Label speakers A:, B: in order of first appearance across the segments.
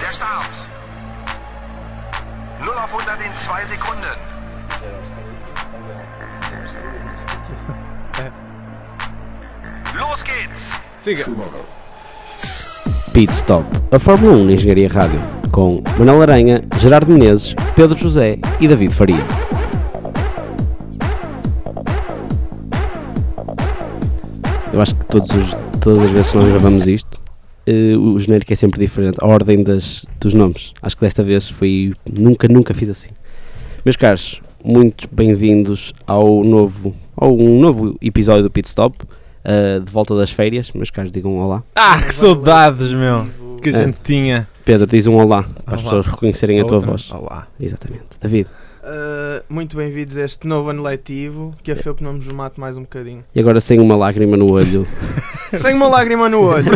A: Der Start. 0 auf 100 in 2 Sekunden. Los geht's.
B: Siga.
C: Pit Stop, a Fórmula 1 na Engenharia Rádio, com Manuel Aranha, Gerardo Menezes, Pedro José e David Faria. Eu acho que todos os- todas as vezes que nós gravamos isto, eh, o genérico é sempre diferente, a ordem das, dos nomes. Acho que desta vez foi. Nunca, nunca fiz assim. Meus caros, muito bem-vindos ao novo, ao um novo episódio do Pit Stop, eh, de volta das férias. Meus caros, digam olá.
B: Ah, que saudades, meu. Que a gente tinha.
C: Pedro, diz um olá para as
B: Olá.
C: pessoas reconhecerem a tua
B: Outra.
C: voz.
B: Olá.
C: Exatamente. David,
D: Uh, muito bem-vindos a este novo ano letivo. Que a feu que não nos mate mais um bocadinho.
C: e agora sem uma lágrima no olho.
D: Sem uma lágrima no olho.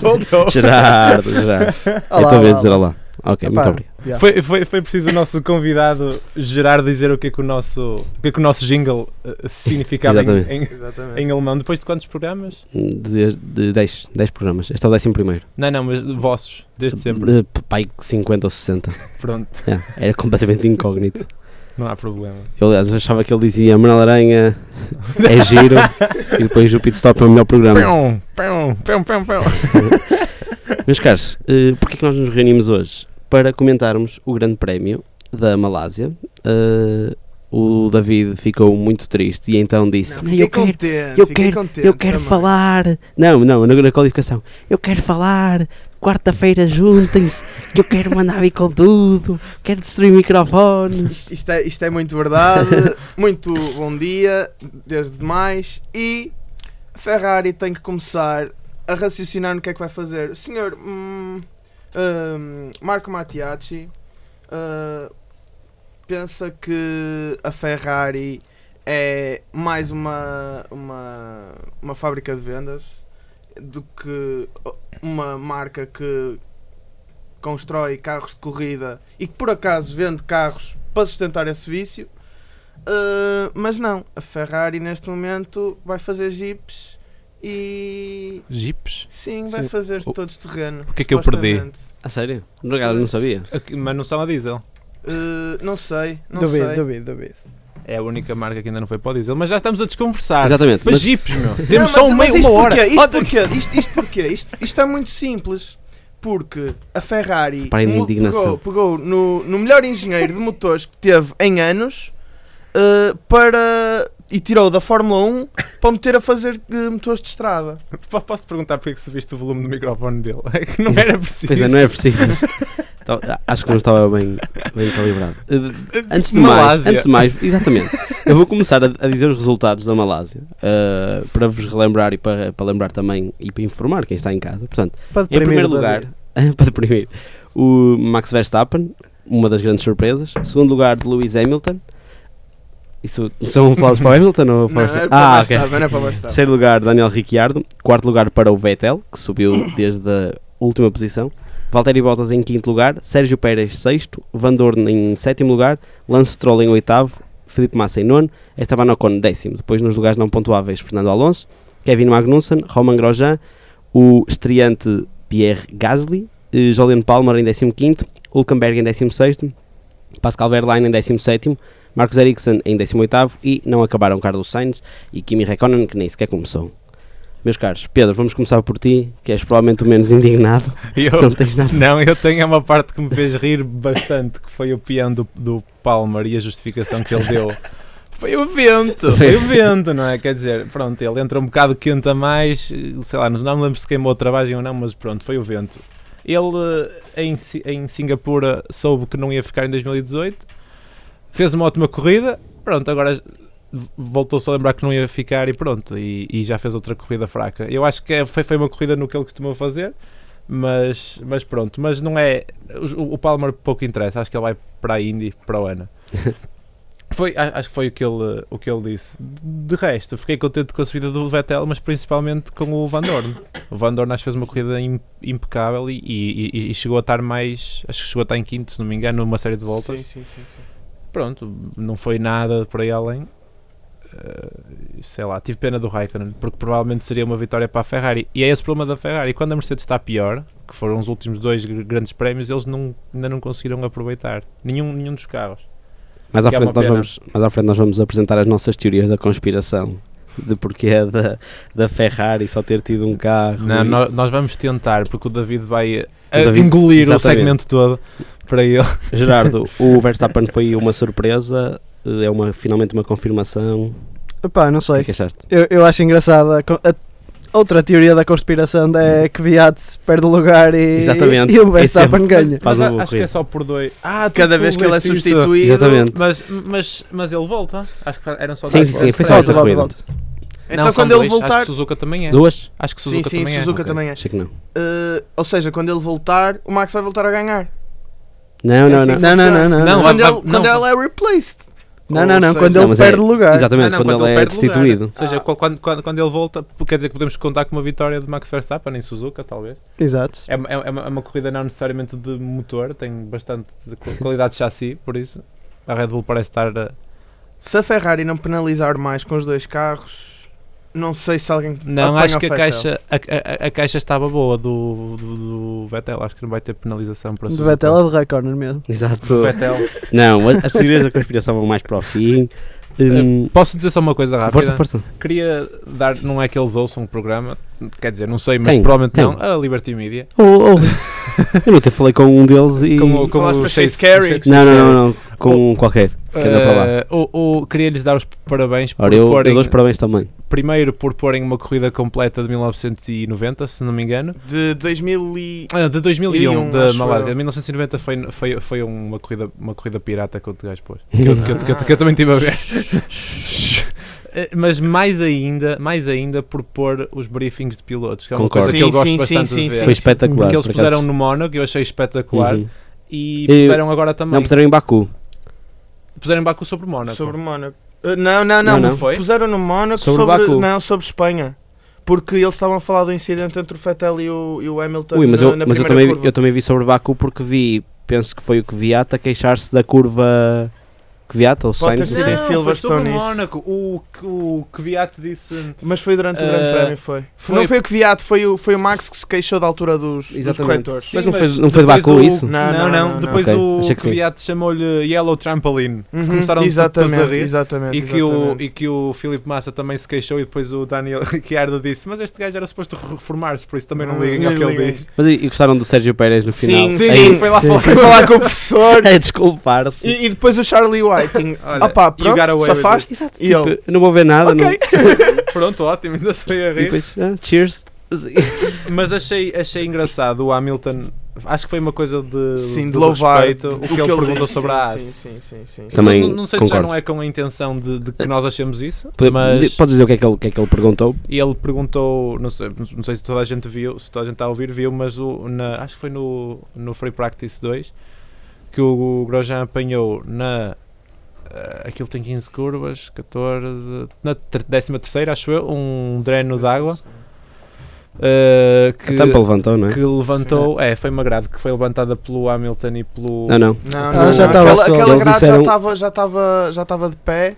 B: Voltou.
C: Gerardo, Gerardo. é a tua vez de dizer olá. Ok, muito
E: Epá,
C: obrigado.
E: já.
B: Foi, foi, foi preciso o nosso convidado Gerardo dizer o que é que o nosso, o que é que o nosso jingle eh, significava em, em,
D: Exatamente.
B: em alemão. Depois de quantos programas?
C: De- De 10 10 programas. Este é o décimo primeiro.
B: Não, não, mas vossos, desde sempre.
C: Eh, Pai, 50 ou 60.
B: Pronto,
C: É, era completamente incógnito.
B: não há problema.
C: Eu, aliás, eu achava que ele dizia Manuel Aranha é giro e depois o Pit Stop é o melhor programa.
B: Pão, pão, pão, pão, pão.
C: Meus caros, eh, porquê que nós nos reunimos hoje? Para comentarmos o Grande Prémio da Malásia. Eh, o David ficou muito triste e então disse: "Não,
D: fiquei
C: eu quero,
D: contente,
C: eu
D: fiquei
C: quero-
D: contente
C: eu quero
D: também.
C: falar. Não, não, na, na qualificação. Eu quero falar. Quarta-feira juntem-se. que eu quero mandar vir com tudo. Quero destruir microfones.
D: Isto, isto é, isto é muito verdade. muito bom dia, desde demais. E a Ferrari tem que começar a raciocinar no que é que vai fazer. O senhor hum, hum, Marco Mattiacci ah, pensa que a Ferrari é mais uma, uma, uma fábrica de vendas do que uma marca que constrói carros de corrida e que por acaso vende carros para sustentar esse vício. Uh, mas não, a Ferrari neste momento vai fazer jipes e.
B: Jeeps?
D: Sim, vai
B: Sim.
D: fazer
B: O-
D: todos terreno.
B: o que é que eu perdi?
D: supostamente.
C: A sério? Obrigado, não sabia.
B: Aqui- Mas não são a diesel.
D: Uh, não sei, não
E: Duvido,
D: sei.
E: duvido, duvido.
B: É a única marca que ainda não foi para o diesel. Mas já estamos a
C: Ah,
B: desconversar.
C: Exatamente.
B: Mas
C: Mas,
B: jeeps, meu. Temos
D: Não, mas-
B: só uma,
D: mas isto
B: uma hora.
D: Porquê?
B: Oh,
D: Isto, porquê? Isto, isto porquê? Isto, isto é muito simples. Porque a Ferrari
C: Reparem na
D: mu-
C: indignação.
D: pegou, pegou no, no melhor engenheiro de motores que teve em anos uh, para. e tirou da Fórmula 1 para meter a fazer uh, motores de estrada.
B: Po- Posso perguntar porque é que subiste o volume do microfone dele? É que não era preciso.
C: pois é, não é preciso. Então, a- Acho que não estava bem, bem calibrado. Eh, Antes de, mais,
B: Malásia.
C: antes de mais, exatamente. Eu vou começar a, a dizer os resultados da Malásia eh, para vos relembrar e para, para lembrar também e para informar quem está em casa. Portanto,
E: Para
C: Em primeiro lugar, para deprimir, o Max Verstappen, uma das grandes surpresas. Segundo lugar, de Lewis Hamilton. Isso são aplausos para o Hamilton ou para o
D: não,
C: Verstappen?
D: é para
C: Ah,
D: o
C: ok.
D: Verstappen, não é para o Verstappen.
C: Terceiro lugar, Daniel Ricciardo. Quarto lugar para o Vettel, que subiu desde a última posição. Valtteri Bottas em quinto lugar. Sérgio Pérez, sexto. Van Dorn em sétimo lugar. Lance Stroll em oitavo. Felipe Massa em nono. Esteban Ocon, décimo. Depois, nos lugares não pontuáveis, Fernando Alonso, Kevin Magnussen, Roman Grosjean, o estreante Pierre Gasly, eh, Julian Palmer em 15º, Hulkenberg em 16º, Pascal Wehrlein em 17º, Marcos Ericsson em 18º e não acabaram Carlos Sainz e Kimi Räikkönen que nem sequer começou. Meus caros, Pedro, vamos começar por ti, que és provavelmente o menos indignado, não
B: Eu,
C: tens nada.
B: não, eu tenho uma parte que me fez rir bastante, que foi o peão do, do Palmer e a justificação que ele deu. Foi o vento, foi o vento, não é? Quer dizer, pronto, ele entra um bocado quente a mais, sei lá, não me lembro se queimou a travagem ou não, mas pronto, foi o vento. Ele eh, em, Si- em Singapura soube que não ia ficar em 2018, fez uma ótima corrida, pronto, agora v- voltou-se a lembrar que não ia ficar e pronto, e, e já fez outra corrida fraca. Eu acho que é- foi, foi uma corrida no que ele costuma fazer, mas, mas pronto, mas não é. O, o Palmer pouco interessa, acho que ele vai para a Indy para o ano. Foi, a- acho que foi o que, ele, o que ele disse. De resto, fiquei contente com a subida do Vettel, mas principalmente com o Van Dorn. O Van Dorn acho que fez uma corrida im- impecável e, e- e- e chegou a estar mais. Acho que chegou a estar em quinto, se não me engano, numa série de voltas.
D: Sim, sim, sim, sim.
B: pronto, não foi nada por aí além. Eh, sei lá, tive pena do Raikkonen, porque provavelmente seria uma vitória para a Ferrari. E é esse o problema da Ferrari. Quando a Mercedes está pior, que foram os últimos dois gr- grandes prémios, eles não, ainda não conseguiram aproveitar nenhum, nenhum dos carros.
C: Mais à,
B: Que é
C: frente
B: uma
C: nós
B: pena.
C: vamos, mais à frente nós vamos apresentar as nossas teorias da conspiração de porque é da, da Ferrari só ter tido um carro.
B: Não,
C: e-
B: nó- nós vamos tentar, porque o David vai eh,
C: David,
B: engolir o
C: exatamente.
B: segmento todo para ele.
C: Gerardo, o Verstappen foi uma surpresa, é uma, finalmente uma confirmação.
E: Epá, não
C: O que é
E: sei.
C: que achaste?
E: Eu, eu acho engraçada. a co- a- outra teoria da conspiração é que Viat perde o lugar e,
C: Hum. Exatamente.
E: e o
C: É sempre-
E: Verstappen ganha.
C: Faz
B: Mas
C: uma boa
B: acho que é
C: corrida.
B: só por dois. Ah, tu-
D: Cada
B: tu
D: vez que ele é
B: leste isto.
D: substituído.
C: Exatamente.
B: Mas, mas, mas ele volta. Acho que eram só
C: Sim,
B: dois
C: sim, sim,
B: votos.
C: foi só outra
E: Volta, volta,
C: corrida.
E: volta.
D: Então,
B: Não, são
D: quando ele
B: dois. Acho
D: voltar.
B: que Suzuka também é.
C: Duas?
B: Acho que
D: Sim,
B: Suzuka
D: sim,
B: também
D: Suzuka
C: Ok,
D: também é.
C: Achei que não.
D: eh, ou seja, quando ele voltar, o Max vai voltar a ganhar.
C: Não, não,
D: assim
C: não.
D: que
E: Não, não,
D: funciona.
E: não, não.
B: Não,
E: Não,
D: Quando,
B: vai-
D: ele,
B: vai-
D: quando
B: não.
D: ele é replaced.
E: não, não,
D: Ou
E: quando
D: seja,
C: Não,
E: ele
C: mas é-
E: perde o lugar.
B: é.
C: Exatamente,
B: Não, não,
C: quando, ele é
B: perde lugar.
C: destituído.
B: Ou seja, qu- quando, quando, quando ele volta, p- quer dizer que podemos contar com uma vitória de Max Verstappen em Suzuka, talvez.
E: Exato.
B: É, uma- é, uma- é uma corrida não necessariamente de motor, tem bastante de qu- qualidade de chassi, por isso. A Red Bull parece estar. eh, a-
D: Se a Ferrari não penalizar mais com os dois carros, não sei se alguém.
B: Não,
D: apanha
B: acho
D: o
B: que a
D: Vettel.
B: caixa, a, a- a- a caixa estava boa do, do, do Vettel. Acho que não vai ter penalização para
E: Do
B: Suzuka.
C: é
E: Vettel ou do Raikkonen mesmo.
C: Exato.
B: Do Vettel.
C: Não, as as teorias da conspiração vão mais para o fim. Hum,
B: Posso dizer só uma coisa É, rápida?
C: força, força.
B: Queria dar, não é que eles ouçam o programa, quer dizer, não sei, mas
C: Quem?
B: provavelmente
C: Quem?
B: não, a Liberty Media.
C: Ou- ou- Eu não te falei com um deles e.
B: Como, como
D: Falaste
B: o
D: para
B: Chase
D: Chase Carey.
B: Chase
C: Não, não,
B: Carey.
C: não, não. Com um qualquer. que anda para lá.
B: Eh, o- o- Queria-lhes dar os parabéns por
C: Ora, eu, eu
B: porem,
C: dou os parabéns também.
B: primeiro por porem uma corrida completa de 1990, se não me engano.
D: De 2000 e.
B: Ah, de 2001,
D: 2001,
B: da
D: acho
B: Malásia.
D: eu.
B: 1990 foi, foi, foi uma, corrida, uma corrida pirata que outro gajo pôs. Que eu, que eu- que eu- que eu também estive a ver. Eh, Mas mais ainda, mais ainda por pôr os briefings de pilotos, que é uma
C: Concordo.
B: coisa que eu
D: Sim,
B: gosto
D: sim,
B: bastante
D: sim,
B: de ver.
D: sim,
C: Foi
D: sim.
C: espetacular.
B: que eles
C: por acaso.
B: puseram no Mónaco, eu achei espetacular.
C: Uhum.
B: E
C: E-
B: puseram agora também.
C: Não, puseram em Baku.
B: Puseram em Baku sobre Mónaco.
D: Sobre Mónaco. Uh, não,
C: Não,
D: não, não,
C: não.
B: Foi?
D: Puseram no Mónaco
C: Sobre
D: sobre,
C: Baku.
D: não, sobre Espanha. Porque eles estavam a falar do incidente entre o Fettel e o, e o Hamilton
C: Ui, mas,
D: na,
C: eu,
D: na
C: mas eu,
D: primeira
C: também,
D: curva.
C: eu também vi sobre Baku porque vi, penso que foi o que Viata queixar-se da curva que Viata ou
D: Pode ter
C: Sainz.
D: sido
C: sim.
D: isso. Silverstone, isso.
B: O, o Kvyat disse...
D: Mas foi durante o Grande
B: Eh,
D: Prémio, foi.
B: foi-
D: Não foi o que viado, foi o, foi o Max que se queixou da altura dos, dos
C: Exatamente.
D: corretores.
C: Mas não foi- não foi
B: depois
C: de Baku é
B: o-
C: isso?
B: Não, não,
D: Não, não, não,
B: Depois
C: não.
B: o
C: Ok, achei que sim.
B: Kvyat chamou-lhe Yellow Trampoline. que se
D: Uhum,
B: começaram todos
D: exatamente,
B: a rir.
D: exatamente,
B: E que, o,
D: exatamente.
B: e que o Filipe Massa também se queixou e depois o Daniel Ricciardo disse mas este gajo era suposto reformar-se, por isso também não
D: Não
B: liguem ao que ele
D: liguem.
B: diz.
C: Mas e, e gostaram do Sérgio Pérez no final?
D: Sim,
C: Aí-
B: foi lá
E: sim,
B: fora.
D: Foi falar com o professor
C: É desculpar-se.
D: e, e depois o Charlie Whiting.
B: Olha,
D: Opa,
B: you got away
D: pronto,
B: with
D: safaste e
C: Tipo,
D: ele.
C: eu não vou ver nada. não-
D: Ok.
B: Pronto, ótimo, ainda se foi a
C: E
B: rir.
C: depois, ah, cheers.
B: Mas achei, achei engraçado o Hamilton. Acho que foi uma coisa de,
D: Sim, de
B: de
D: louvar
B: respeito, o que, ele, perguntou
D: disse.
B: sobre a
D: Sim,
B: ASE.
D: sim, sim, sim. sim.
C: Também
B: não, não sei se já
C: concordo. Eh,
B: não é com a intenção de, de que nós achemos isso,
C: Pode-
B: mas
C: Podes dizer o que é que ele, o que é que ele perguntou?
B: ele perguntou, não sei, não sei se toda a gente viu, se toda a gente está a ouvir, viu, mas o, na- acho que foi no, no Free Practice 2 que o Grosjean apanhou na. eh, aquilo tem 15 curvas, 14. Na 13, acho eu, um dreno de água. eh, que,
C: a tampa levantou, não é?
B: que levantou, é, foi uma grade que foi levantada pelo Hamilton e pelo.
C: Não, não.
D: Não,
E: Ah,
D: não,
E: já
D: não.
E: tava
D: Aquela,
E: solto.
D: aquela
C: Eles
D: grade
C: disseram-
D: já estava já tava, já tava de pé.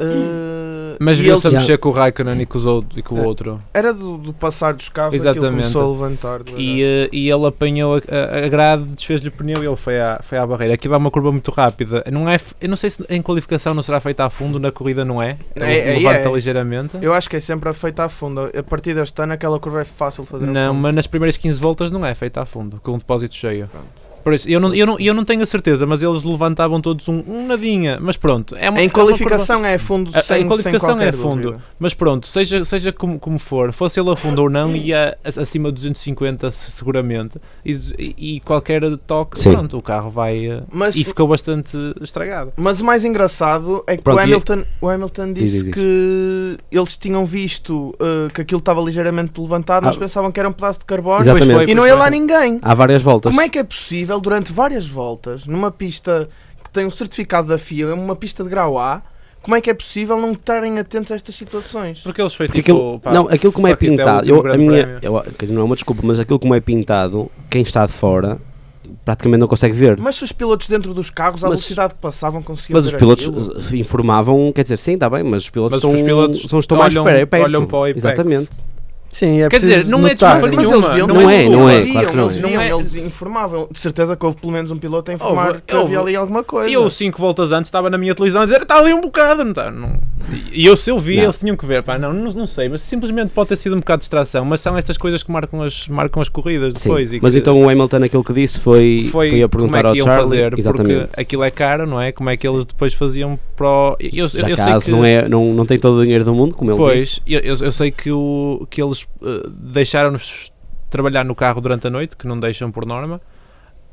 D: eh,
B: Mas
D: e
B: viu-se a
D: eles-
C: eles-
B: mexer com o Raikkonen e com, os outro, e com o
D: É.
B: outro.
D: Era do, do passar dos carros,
B: Exatamente.
D: aquilo começou a levantar. é? de
B: E,
D: verdade.
B: eh, e ele apanhou a, a- a grade, desfez-lhe o pneu e ele foi à, foi à barreira. Aquilo é uma curva muito rápida. Não é, f- eu não sei se em qualificação não será feita a fundo, na corrida não é.
D: É,
B: Ele
D: é,
B: levanta
D: é.
B: ligeiramente.
D: Eu acho que é sempre feita a fundo. A partir deste ano, aquela curva é fácil de fazer. a
B: Não,
D: fundo.
B: mas nas primeiras 15 voltas não é feita a fundo, com um depósito cheio.
D: Pronto.
B: Por isso, eu não, eu, não, eu não tenho a certeza, mas eles levantavam todos um, um nadinha. Mas pronto, é uma, é
D: Em
B: uma curva-
D: qualificação é fundo
B: A- em
D: sem, sem
B: qualificação
D: qualquer
B: é fundo.
D: dúvida.
B: Mas pronto, seja, seja como, como for, fosse ele a fundo ou não, ia a- acima de 250 se- seguramente. E, e qualquer toque,
C: Sim.
B: pronto, o carro vai. eh,
D: Mas,
B: E ficou bastante estragado.
D: mas o mais engraçado é que
C: Pronto,
D: o,
C: e-
D: Hamilton, o Hamilton
C: Diz,
D: disse
C: diz, diz.
D: que eles tinham visto uh, que aquilo estava ligeiramente levantado, mas
C: Ah.
D: pensavam que era um pedaço de carbono
C: Exatamente. Ah,
B: Pois foi,
D: e
B: pois
D: não
B: foi.
D: ia lá ninguém.
C: Há várias voltas.
D: Como é que é possível, durante várias voltas, numa pista que tem um certificado da FIA, uma pista de grau A, como é que é possível não estarem atentos a estas situações?
B: Porque eles foi
C: Porque
B: tipo.
C: aquilo,
B: pá,
C: não, aquilo como é
B: fuck it, o
C: pintado,
B: último
C: eu, a
B: grande
C: minha,
B: prémio.
C: eu, quer dizer, não é uma desculpa, mas aquilo como é pintado, quem está de fora praticamente não consegue ver.
D: Mas se os pilotos dentro dos carros, à
C: Mas-
D: velocidade que passavam, conseguiam
C: Mas os
D: ver
C: pilotos
D: aquilo.
C: eh, informavam, quer dizer, sim, está bem, mas os pilotos,
B: Mas
C: são,
B: os pilotos
C: são, estão mais
B: olham-
C: per- perto.
B: olham para o apex.
C: Exatamente.
E: Sim, é
B: Quer
E: preciso
B: dizer, não é
E: notar.
B: desculpa
D: mas
B: nenhuma,
D: eles viam,
B: não
D: mas
B: é,
D: eles
C: tá, não é,
D: viam,
C: claro que não
D: eles
B: é.
D: viam,
B: Não é-
D: eles informavam. De certeza que houve pelo menos um piloto a informar
B: Houve-
D: que havia
B: houve.
D: ali alguma coisa.
B: E
C: é.
B: eu, 5 voltas antes, estava na minha televisão a dizer: está ali um bocado, não está? Não. E eu, se eu vi,
C: Não.
B: eles tinham que ver. Pá, não, não, não sei, mas simplesmente pode ter sido um bocado de distração. Mas são estas coisas que marcam as, marcam as corridas
C: Sim.
B: depois. e
C: mas
B: que
C: então o Hamilton aquilo que disse foi, foi, a
B: como
C: perguntar
B: é que
C: ao
B: iam
C: Charlie.
B: fazer,
C: exatamente.
B: porque aquilo é caro, não é? Como é que eles depois faziam para o. Eu, eu-
C: Já
B: eu sei
C: caso
B: que,
C: não, é, não, não tem todo o dinheiro do mundo, como ele disse.
B: Pois, eu, eu, eu sei que, o, que eles eh, deixaram-nos trabalhar no carro durante a noite, que não deixam por norma,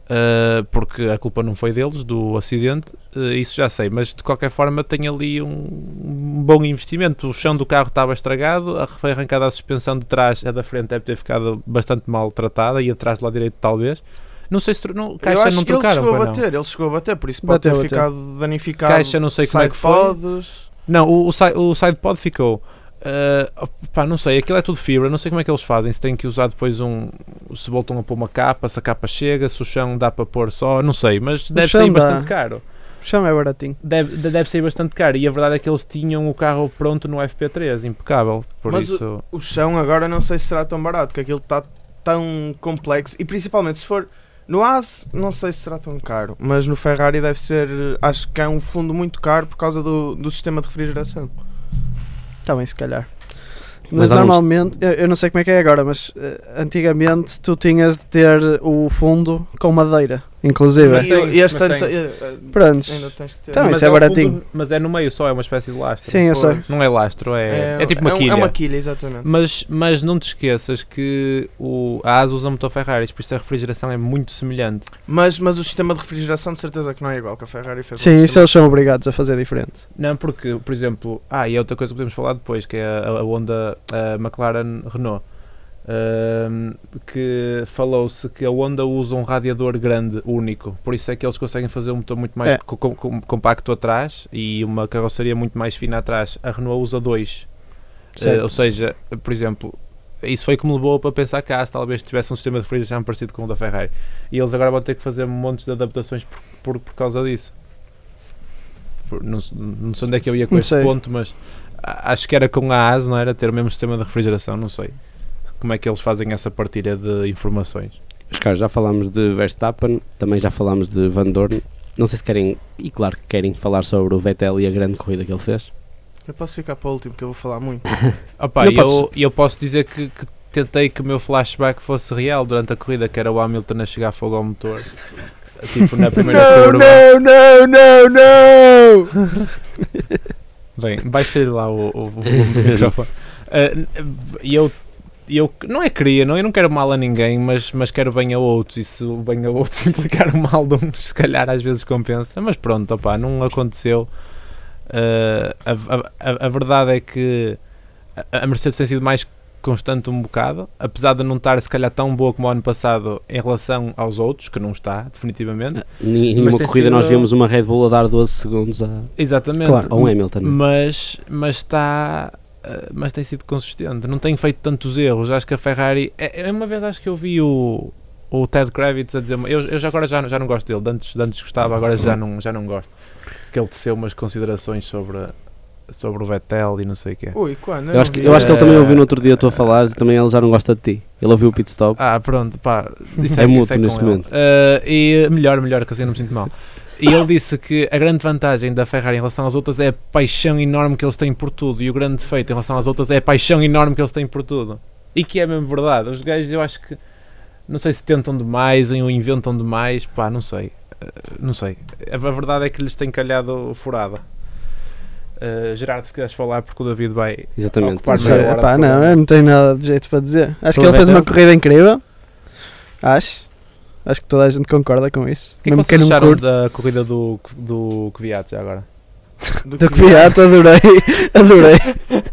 B: eh, porque a culpa não foi deles, do acidente, eh, isso já sei, mas de qualquer forma tem ali um, um bom investimento. O chão do carro estava estragado, a- foi arrancada a suspensão de trás, a da frente deve ter ficado bastante maltratada e atrás do lado direito talvez. Não sei se tro- não,
D: Eu
B: caixa
D: acho
B: não
D: que ele
B: trocaram,
D: chegou a
B: pois não.
D: bater, ele chegou a bater, por isso pode
E: Bateu,
D: ter
E: bateu.
D: ficado danificado.
B: Caixa não sei como é que foi.
D: sidepods.
B: Não, o, o, si- o sidepod ficou. Ah, pá, não sei, aquilo é tudo fibra, não sei como é que eles fazem, se têm que usar depois um. se voltam a pôr uma capa, se a capa chega, se o chão dá para pôr só, não sei, mas deve
E: chão
B: sair
E: dá.
B: bastante caro.
E: Chama é baratinho.
B: Deve, de- deve sair bastante caro. E a verdade é que eles tinham o carro pronto no FP3, impecável. Por
D: Mas o-
B: isso.
D: O chão agora não sei se será tão barato, que aquilo está tão complexo. E principalmente se for no As, não sei se será tão caro, mas no Ferrari deve ser, eh, acho que é um fundo muito caro por causa do, do sistema de refrigeração.
E: Está Tá bem, se calhar.
C: Mas
E: Mas,
C: há uns-
E: normalmente, eu, eu não sei como é que é agora, mas eh, antigamente tu tinhas de ter o fundo com madeira,
B: Mas
E: inclusive.
D: E-
B: tem,
D: e este
B: mas
D: ano
B: tem.
D: te- eh, eh,
E: Prontos.
D: ainda tens que ter.
E: Então,
B: mas
E: isso é
B: o fundo-
E: baratinho.
B: mas é no meio só, é uma espécie de lastro.
E: Sim, eu sei.
D: Pois.
B: Não é lastro, é, é, tipo uma
D: um-
B: quilha.
D: É uma quilha, exatamente.
B: Mas, mas não te esqueças que o, a ASA usa motor Ferraris, por isso a refrigeração é muito semelhante.
D: Mas, mas o sistema de refrigeração de certeza que não é igual que a Ferrari fez.
E: Sim,
D: um
B: é
E: isso
C: é
E: eles são obrigados a fazer diferente.
B: Não, porque, por exemplo, ah, e é outra coisa que podemos falar depois, que é a, a Honda a McLaren Renault, ahm, que falou-se que a Honda usa um radiador grande, único, por isso é que eles conseguem fazer um motor muito mais
E: É.
B: co- co- com- compacto atrás e uma carroceria muito mais fina atrás. A Renault usa dois. Eh,
E: Certo.
B: ou seja, por exemplo, isso foi que me levou para pensar que a Haas talvez tivesse um sistema de refrigeração parecido com o da Ferrari. E eles agora vão ter que fazer montes de adaptações por, por, por causa disso. Por- não, se- não sei onde é que eu ia com
E: Não
B: este
E: sei.
B: ponto, mas a- acho que era com a AS, não era? Ter o mesmo sistema de refrigeração, não sei. Como é que eles fazem essa partilha de informações?
C: Oscar, já falámos de Verstappen, também já falámos de Van Dorn. Não sei se querem, e claro que querem falar sobre o Vettel e a grande corrida que ele fez.
D: Eu posso ficar para o último, que eu vou falar muito.
B: Opa,
C: Não
B: eu, eu posso dizer que, que tentei que o meu flashback fosse real durante a corrida, que era o Hamilton a chegar fogo ao motor. tipo, na primeira curva.
E: não, não, não!
B: Bem, baixei lá o, o, o volume do microfone. Ah, n- E eu, e eu não é queria, não, eu não quero mal a ninguém, mas, mas quero bem a outros. E se o bem a outros implicar o mal de uns, se calhar às vezes compensa. Mas pronto, opá, não aconteceu. Ah, a, a- a- a verdade é que a, a Mercedes tem sido mais constante um bocado, apesar de não estar se calhar tão boa como o ano passado em relação aos outros, que não está, definitivamente.
C: Em
B: Mas
C: nenhuma
B: tem
C: corrida
B: sido-
C: nós vimos uma Red Bull a dar 12 segundos a,
B: Exatamente.
C: a um Hamilton.
B: mas mas está eh, mas tem sido consistente não tem feito tantos erros acho que a Ferrari é é uma vez acho que eu vi o o Ted Kravitz a dizer eu, eu já agora já, não- já não gosto dele de antes, de antes gostava agora já não já não gosto que ele teceu umas considerações sobre sobre o Vettel e não sei o quê
D: Ui, quando?
C: Eu acho, que,
D: não
C: eu
D: vi.
C: acho que ele também ouviu no outro dia tu a falares e também ele já não gosta de ti. Ele ouviu o pit stop.
B: Ah, pronto, pá. Isso
C: É
B: é, isso
C: mútuo
B: com
C: neste
B: ele.
C: momento.
B: Ah, e melhor, melhor, que assim eu não me sinto mal. E ele disse que a grande vantagem da Ferrari em relação às outras é a paixão enorme que eles têm por tudo. E o grande defeito em relação às outras é a paixão enorme que eles têm por tudo. E que é mesmo verdade. Os gajos, eu acho que. Não sei se tentam demais ou inventam demais. Pá, não sei. Ah, não sei. A a verdade é que lhes tem calhado furada. Ah, Gerardo, se quiseres falar, porque o David vai.
C: Exatamente.
B: Ocupar
E: Sei,
B: meia hora
E: epá,
B: de
E: não,
B: programa.
E: eu não tenho nada de jeito para dizer. Acho que
C: Sobre
E: ele fez uma
C: Vettel?
E: corrida incrível. Acho. Acho que toda a gente concorda com isso.
B: O que é que
E: Mesmo quem
B: vocês
E: não
B: acharam
E: curte.
B: da corrida do, do Kvyat já agora?
D: Do
E: Do
D: que-
E: Kvyat, adorei. Adorei.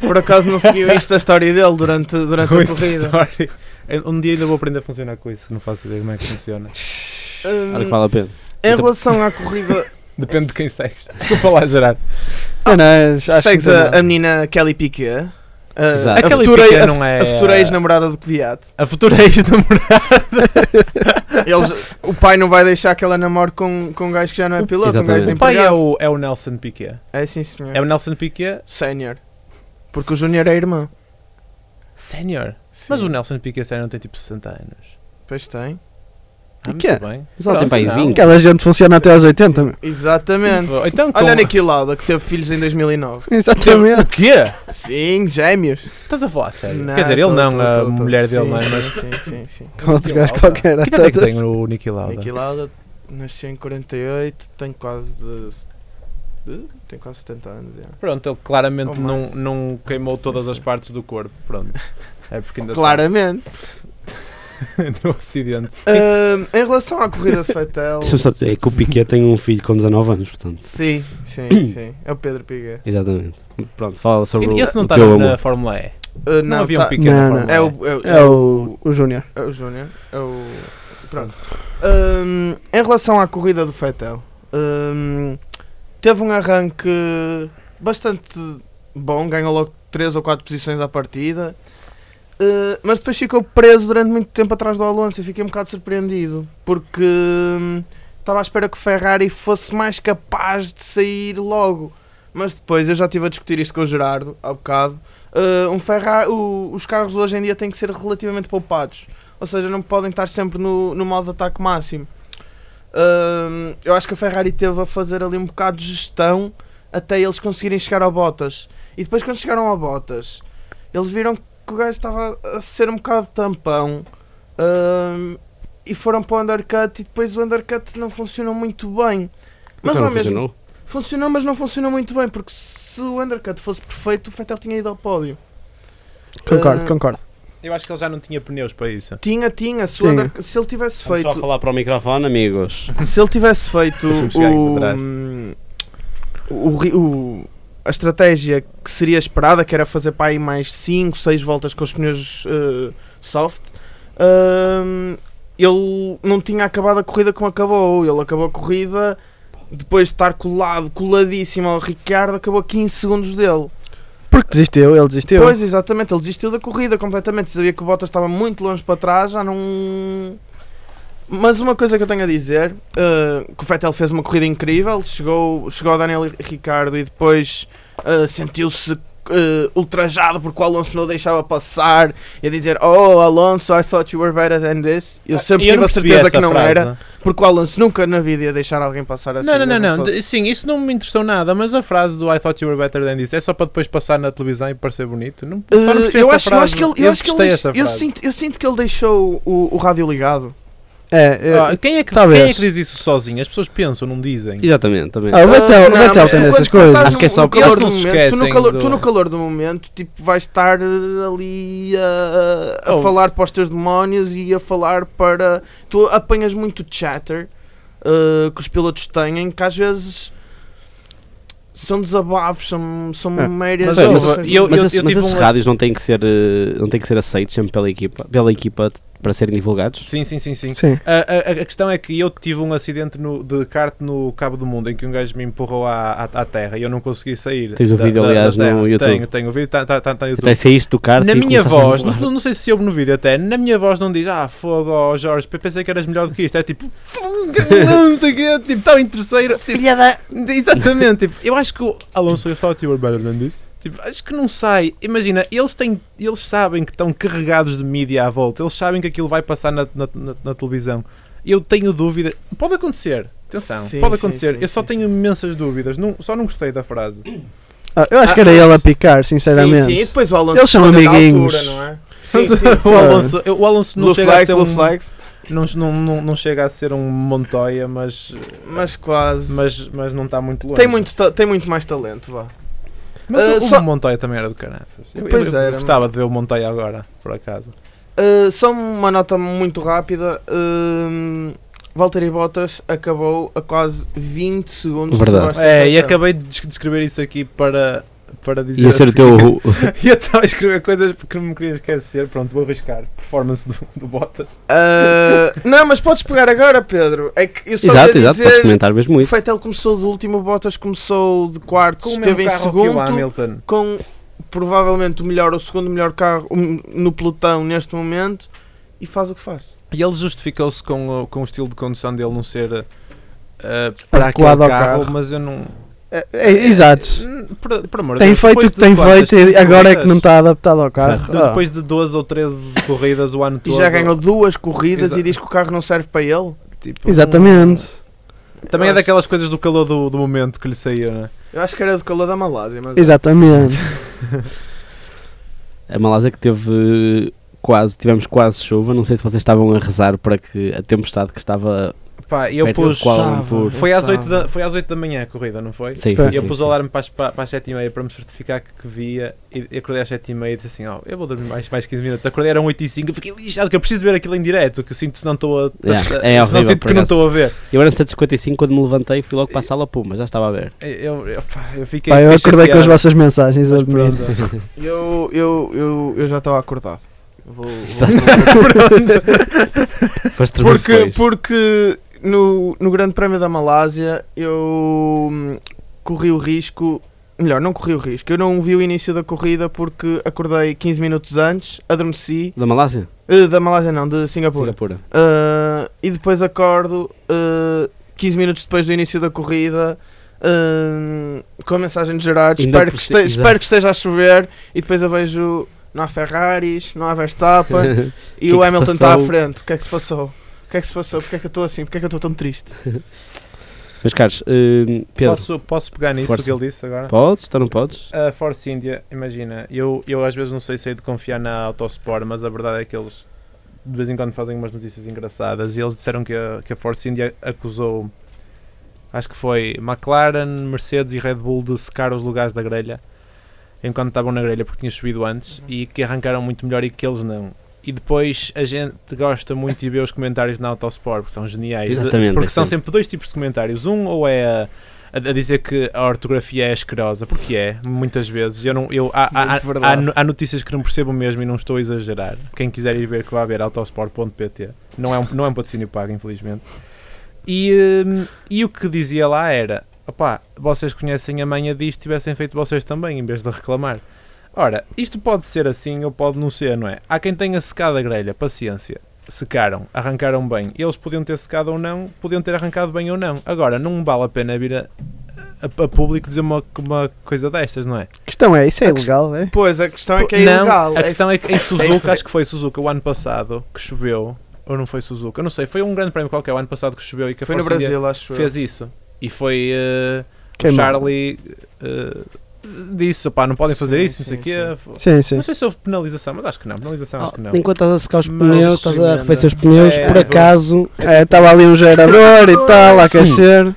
D: Por acaso não seguiu isto a história dele durante, durante
B: Com
D: a
B: esta
D: corrida.
B: história. Eu- Um dia ainda vou aprender a funcionar com isso, não faço ideia como é que funciona.
D: Hum,
C: Olha que vale a pena.
D: em relação à corrida,
B: Depende de quem segues. Desculpa lá, Gerardo.
E: Eu não, é, acho que não
D: segues
E: tem
D: a,
E: nada.
D: a menina Kelly Piquet. Ah,
C: Exato.
D: a,
B: Aquela
D: futura,
B: pica
D: a,
B: não
D: fu-
B: é-
D: a futura ex-namorada do Kvyat.
B: A futura ex-namorada.
D: Eles- o pai não vai deixar que ela namore com, com um gajo que já não é piloto, um gajo
C: Exatamente.
B: o pai é
D: desempregado.
B: o, é o Nelson Piquet.
D: É sim, senhor.
B: É o Nelson Piquet
D: Sénior. Porque o Júnior é irmão.
B: sénior.
D: Sim.
B: Mas o Nelson Piquet sénior tem tipo 60 anos.
D: Pois tem.
B: Ah, muito
E: Piquet?
B: bem.
C: Mas ela
B: Pronto,
C: tem para aí
B: não.
C: 20.
E: Aquela gente funciona até aos 80, meu.
D: Exatamente.
B: Então, com...
D: Olha Niki Lauda, que teve filhos em 2009.
B: O
E: Exatamente.
B: quê?
D: Sim, gêmeos.
B: Estás a falar a sério?
D: Não,
B: Quer dizer, ele
D: tô-
B: não,
D: tô-
B: a
D: tô- tô-
B: mulher
D: sim,
B: dele, não é? Mas...
D: Sim, sim, sim. sim.
E: Com outro
B: Niki
E: gajo
B: Lauda.
E: qualquer.
B: Que idade é que tem o Niki Lauda?
D: Niki Lauda nasceu em 48, tem quase. eh, Tem quase 70 anos. é.
B: Pronto, ele claramente
D: Ou
B: não,
D: mais.
B: não queimou todas as partes do corpo. Pronto. É porque ainda
D: Claramente.
B: está no acidente.
D: Ahm, em relação à corrida de Fatel.
C: Deixa-me só dizer, é que o Piquet tem um filho com 19 anos, portanto.
D: sim, sim, sim. É o Pedro Piquet.
C: Exatamente. Pronto, fala sobre
B: E
C: o,
B: esse não
C: o
B: está
C: teu
B: na na
C: amor.
B: Fórmula E?
D: Ah,
B: Não, havia
D: tá-
B: um Piquet na
E: Não, não.
B: Fórmula
D: É
B: E?
D: o, é, o-
E: É o, o Júnior.
D: é o Júnior. É o. Pronto. Ahm, Hum, em relação à corrida do Fettel, ahm, teve um arranque bastante bom, ganhou logo 3 ou 4 posições à partida, Ah, mas depois ficou preso durante muito tempo atrás do Alonso e fiquei um bocado surpreendido porque hum, estava à espera que o Ferrari fosse mais capaz de sair logo. Mas depois eu já estive a discutir isto com o Gerardo há bocado. Ah, um Ferrari, o- os carros hoje em dia têm que ser relativamente poupados. Ou seja, não podem estar sempre no, no modo de ataque máximo. Hum, eu acho que a Ferrari teve a fazer ali um bocado de gestão até eles conseguirem chegar ao Bottas. E depois, quando chegaram ao Bottas, eles viram que o gajo estava a ser um bocado tampão hum, e foram para o undercut. E depois o undercut não funcionou muito bem. Mas
C: Então
D: ao
C: não
D: mesmo
C: funcionou.
D: Funcionou, mas não funcionou muito bem, porque se o undercut fosse perfeito, o Vettel tinha ido ao pódio.
E: Concordo,
D: Ah,
E: concordo.
B: Eu acho que ele já não tinha pneus para isso.
D: Tinha, tinha, se, o
E: Tinha.
D: undercut- se ele tivesse
C: Vamos
D: feito.
C: só falar para o microfone, amigos.
D: Se ele tivesse feito
B: Deixa-me chegar aqui
D: o,
B: para trás.
D: o ri- o- a estratégia que seria esperada, que era fazer para aí mais 5, 6 voltas com os pneus eh, soft, hum, ele não tinha acabado a corrida como acabou. Ele acabou a corrida depois de estar colado, coladíssimo ao Ricardo, acabou a 15 segundos dele.
E: Porque desistiu, ele desistiu.
D: Pois, exatamente, ele desistiu da corrida completamente. Sabia que o Bottas estava muito longe para trás, já não. Mas uma coisa que eu tenho a dizer, eh, que o Vettel fez uma corrida incrível, chegou, chegou ao Daniel Ricardo e depois eh, sentiu-se eh, ultrajado porque o Alonso não o deixava passar e a dizer Oh Alonso, I thought you were better than this. Eu
B: Ah, Eu
D: sempre tive
B: não
D: a
B: percebi
D: certeza
B: essa
D: que não
B: frase.
D: era, porque o Alonso nunca na vida ia deixar alguém passar assim.
B: não, não, não,
D: mesmo que
B: não.
D: fosse-
B: De- Sim, isso não me interessou nada, mas a frase do I thought you were better than this é só para depois passar na televisão e parecer bonito. Não, só não
D: Uh,
B: percebi
D: eu,
B: essa
D: acho, eu
B: frase.
D: acho que ele, eu acho que
B: detestei
D: ele deix-
B: essa
D: eu
B: frase.
D: sinto, eu sinto que ele deixou o, o rádio ligado.
E: É, é,
B: Ah, quem, é que,
E: talvez.
B: quem é que diz isso sozinho? As pessoas pensam, não dizem.
C: Exatamente, também.
E: Ah, o Vettel,
D: Uh,
E: o
D: não,
E: Vettel
D: mas
E: tem
D: tu quando-
E: dessas
D: quando
E: coisas.
D: estás
B: Acho que é
D: no-
B: só
D: no
B: porque
D: calor
B: eles não
D: do
B: se
D: momento, tu no
B: esquecem
D: calor,
B: do-
D: tu no calor do momento, tipo, vais estar uh, ali uh, a,
B: Oh.
D: falar para os teus demónios e a falar para. Tu apanhas muito chatter uh, que os pilotos têm, que às vezes são desabafos, são, são
E: É.
D: meras.
B: Ah. Mas, mas,
D: situações
B: eu-
D: muito-
C: mas esse-
B: eu
C: mas
B: tive
C: esses
B: um-
C: rádios não têm que ser, eh, não têm que ser aceitos sempre pela equipa, pela equipa t- para serem divulgados?
B: Sim, sim, sim, sim.
E: Sim.
B: A, a- a questão é que eu tive um acidente no- de kart no Cabo do Mundo em que um gajo me empurrou à, à, à terra e eu não consegui sair.
C: Tens o
B: da-
C: vídeo,
B: da-
C: aliás,
B: da terra.
C: no YouTube.
B: Tenho, tenho. O vídeo está tá, tá, tá no YouTube.
C: Até é saíste do kart
B: na
C: e
B: minha
C: começaste a
B: voz,
C: empurrar.
B: não, não sei se soube no vídeo até, na minha voz não diz ah, fogo, ó Jorge, eu pensei que eras melhor do que isto. É tipo, não sei o quê, tipo, estava em terceiro. Tipo, Filha da. Exatamente, tipo, eu acho que o Alonso, eu thought you were better than this. Tipo, acho que não sai. Imagina, eles têm, eles sabem que estão carregados de mídia à volta, eles sabem que aquilo vai passar na, na, na- na televisão. Eu tenho dúvida, pode acontecer. Atenção,
D: Sim,
B: pode
D: sim,
B: acontecer.
D: sim,
B: eu só
D: sim.
B: tenho imensas dúvidas. Não, só não gostei da frase.
E: Ah, eu acho que era ele a picar, sinceramente.
D: Sim, sim, e depois o Alonso
E: Eles são
D: escolhe da
E: amiguinhos.
D: altura, não é?
B: Mas o Alonso, o Alonso não
D: Blue
B: chega a
D: flags,
B: ser
D: blue
B: um-
D: flags.
B: não, não, não, não chega a ser um Montoya, mas,
D: Mas quase.
B: mas, mas não está muito longe.
D: tem, muito, ta- tem muito mais talento, vá.
B: Mas
D: Ah,
B: o, o
D: só-
B: Montoya também era do caralho. Eu,
D: Pois
B: eu, eu
D: era,
B: gostava de ver o Montoya agora, por acaso.
D: Uh, só uma nota muito rápida. Uh, Valtteri Bottas acabou a quase 20 segundos. de
C: Verdade.
D: Sebastian
B: É, e
D: Vettel.
B: acabei de des- descrever isso aqui para, para dizer.
C: Ia ser o
B: assim-
C: teu.
B: eu estava a escrever coisas porque não me queria esquecer. Pronto, vou arriscar. Performance do, do Bottas.
D: Uh, não, mas podes pegar agora, Pedro. É que eu só
C: Exato,
D: ia
C: exato,
D: dizer,
C: podes comentar mesmo
D: O
C: muito.
D: Feitel começou do último, o Bottas começou de quarto,
B: Com o mesmo
D: esteve em
B: carro que o
D: segundo.
B: Hamilton.
D: Com provavelmente o melhor ou o segundo melhor carro um, no pelotão neste momento e faz o que faz.
B: E ele justificou-se com, o- com o estilo de condução dele não ser uh, para aquele
E: Adequado
B: carro,
E: ao carro.
B: mas eu não.
E: É, é, exato.
B: Hum, Por, por amor de
E: Tem
B: Deus,
E: feito o
B: depois
E: que
B: de
E: tem
B: quantas?
E: feito e
B: 15
E: agora é que
B: corridas?
E: não está adaptado ao carro. Ah,
C: Exato.
B: Ele Depois de 12 ou 13 corridas o ano
D: E
B: todo.
D: já ganhou duas corridas
B: Exa-
D: e diz que o carro não serve para ele.
B: tipo,
E: Ah, exatamente.
B: não- também é daquelas coisas do calor do, do momento que lhe saiu, né?
D: Eu acho que era do calor da Malásia, mas
E: Exatamente.
C: A Malásia que teve eh, quase, tivemos quase chuva, não sei se vocês estavam a rezar para que a tempestade que estava
B: Pá, e eu
C: Perto
B: pus.
C: de qual?
D: Estava,
C: Por-
B: Foi às, 8 da,
D: estava.
B: foi às 8 da manhã a corrida, não foi?
C: Sim,
E: Foi.
C: sim,
B: eu
C: sim,
B: pus
C: sim.
B: o alarme para as, para, para as 7h30 para me certificar que, que via e e acordei às 7h30 e disse assim, ó, eu vou dormir mais, mais 15 minutos. Acordei eram 8h05, eu fiquei lixado que eu preciso ver aquilo em direto, que eu sinto se não estou a.
C: Yeah,
B: a-
C: é
B: se não
C: horrível,
B: sinto
C: por
B: que não
C: acaso.
B: estou a ver.
C: Eu era 155 quando me levantei fui logo para a sala, puma, já estava a ver.
B: Eu, eu, pá, eu fiquei.
E: Pá, eu
B: fiquei
E: acordei com as
B: chateado.
E: vossas mensagens,
B: Mas
E: admiro.
B: pronto.
D: eu, eu, eu, eu já estava acordado. Vou, vou-
C: Exato. Foste dormir
D: Porque,
C: depois.
D: porque no, no Grande Prémio da Malásia eu hum, corri o risco. Melhor, não corri o risco. Eu não vi o início da corrida porque acordei 15 minutos antes, adormeci.
C: Da Malásia?
D: eh, da Malásia não, de Singapura.
C: Singapura.
D: Ah, e depois acordo ah, 15 minutos depois do início da corrida ah, com a mensagem de Gerardo.
C: Ainda
D: Espero,
C: por
D: que
C: ci-
D: este-
C: exato.
D: espero que esteja a chover. E depois eu vejo não há Ferraris, não há Verstappen
C: que
D: e
C: é
D: o
C: que se
D: Hamilton está à
C: passou?
D: frente. O que é que se passou? O que é que se passou? Porquê é que eu estou assim? Porquê é que eu estou tão triste?
C: Mas caros, eh, Pedro,
B: Posso, posso pegar nisso
C: Força.
B: que ele disse agora?
C: podes ou não podes?
B: A Force India, imagina, eu, eu às vezes não sei se hei de confiar na Autosport, mas a verdade é que eles de vez em quando fazem umas notícias engraçadas e eles disseram que a, que a Force India acusou, acho que foi McLaren, Mercedes e Red Bull de secar os lugares da grelha enquanto estavam na grelha porque tinha subido antes e que arrancaram muito melhor e que eles não. E depois a gente gosta muito de ver os comentários na Autosport porque são geniais. De-
C: Exatamente,
B: porque
C: é
B: são
C: sempre.
B: sempre dois tipos de comentários. Um ou é a a, a dizer que a ortografia é asquerosa, porque é, muitas vezes. Eu não, eu, há, há,
D: Muito
B: há, há,
D: verdade.
B: no- há notícias que não percebo mesmo e não estou a exagerar. Quem quiser ir ver que vá ver autosport.pt. Não é um, não é um patrocínio pago, infelizmente. E, hum, e o que dizia lá era: opá, vocês conhecem a manha disto, tivessem feito vocês também, em vez de reclamar. Ora, isto pode ser assim ou pode não ser, não é? Há quem tenha secado a grelha, paciência. Secaram, arrancaram bem. Eles podiam ter secado ou não, podiam ter arrancado bem ou não. Agora, não vale a pena vir a, a- a público dizer uma, uma coisa destas, não é?
E: A questão é, isso é
D: A quest-
E: ilegal, é?
D: Pois, a questão é que é
B: não,
D: ilegal.
B: A
D: É-
B: questão é que em
D: feio.
B: Suzuka, acho que foi Suzuka o ano passado, que choveu, ou não foi Suzuka, eu não sei, foi um grande prémio qualquer o ano passado que choveu e que a
D: foi no
B: Force India
D: Brasil, acho eu.
B: fez isso. E foi eh, o
E: Queimou.
B: Charlie eh, disse, pá, não podem fazer
D: Sim,
B: isso, não sei o
D: sim,
B: quê.
E: Sim, sim.
B: Não sei se houve penalização, mas acho que não, penalização acho que não.
C: Enquanto estás a secar os
B: Mas,
C: pneus, estás a arrefecer os pneus,
B: é,
C: por
B: é.
C: acaso.
E: É, Estava ali um gerador e tal, a aquecer.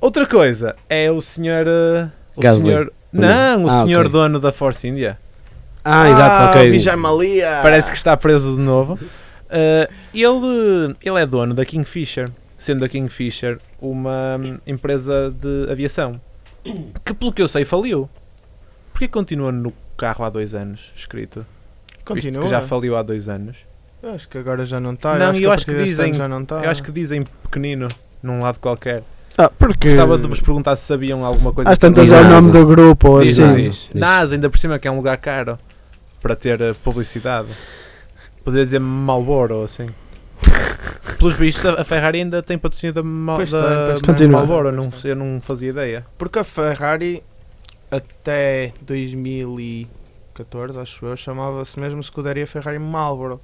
B: Outra coisa é o senhor. eh, o
C: Gasly.
B: senhor- Não, o
C: Ah,
B: senhor
C: ok.
B: dono da Force India.
C: Ah, exato, ok.
D: Vijay Malia.
B: Ah. Parece que está preso de novo. Eh, ele, ele é dono da Kingfisher, sendo a Kingfisher uma hum, empresa de aviação que, pelo que eu sei, faliu. Porquê continua no carro há dois anos escrito? Visto
D: Continua.
B: que já faliu há dois anos.
D: Eu Acho que agora já não está.
B: Não,
D: eu acho que,
B: eu
D: a
B: acho que
D: partir deste
B: dizem-
D: ano já não está.
B: Eu acho que dizem pequenino, num lado qualquer.
E: Ah, porque.
B: Gostava de vos perguntar se sabiam alguma coisa.
E: Às
B: que eu não
E: tantas é o
B: sei.
C: Diz
E: nome
C: NASA.
E: do grupo ou
B: Diz,
E: assim.
B: diz.
C: Diz.
B: NASA, ainda por cima, que é um lugar caro para ter eh, publicidade. Poderia dizer Malboro, assim. Pelos vistos, a a Ferrari ainda tem patrocínio da, Mal,
D: Pois tem,
B: da
D: pois tem.
E: Continua.
B: Marlboro, não, eu não fazia ideia.
D: Porque a Ferrari até 2014, acho eu, chamava-se mesmo Scuderia Ferrari Marlboro.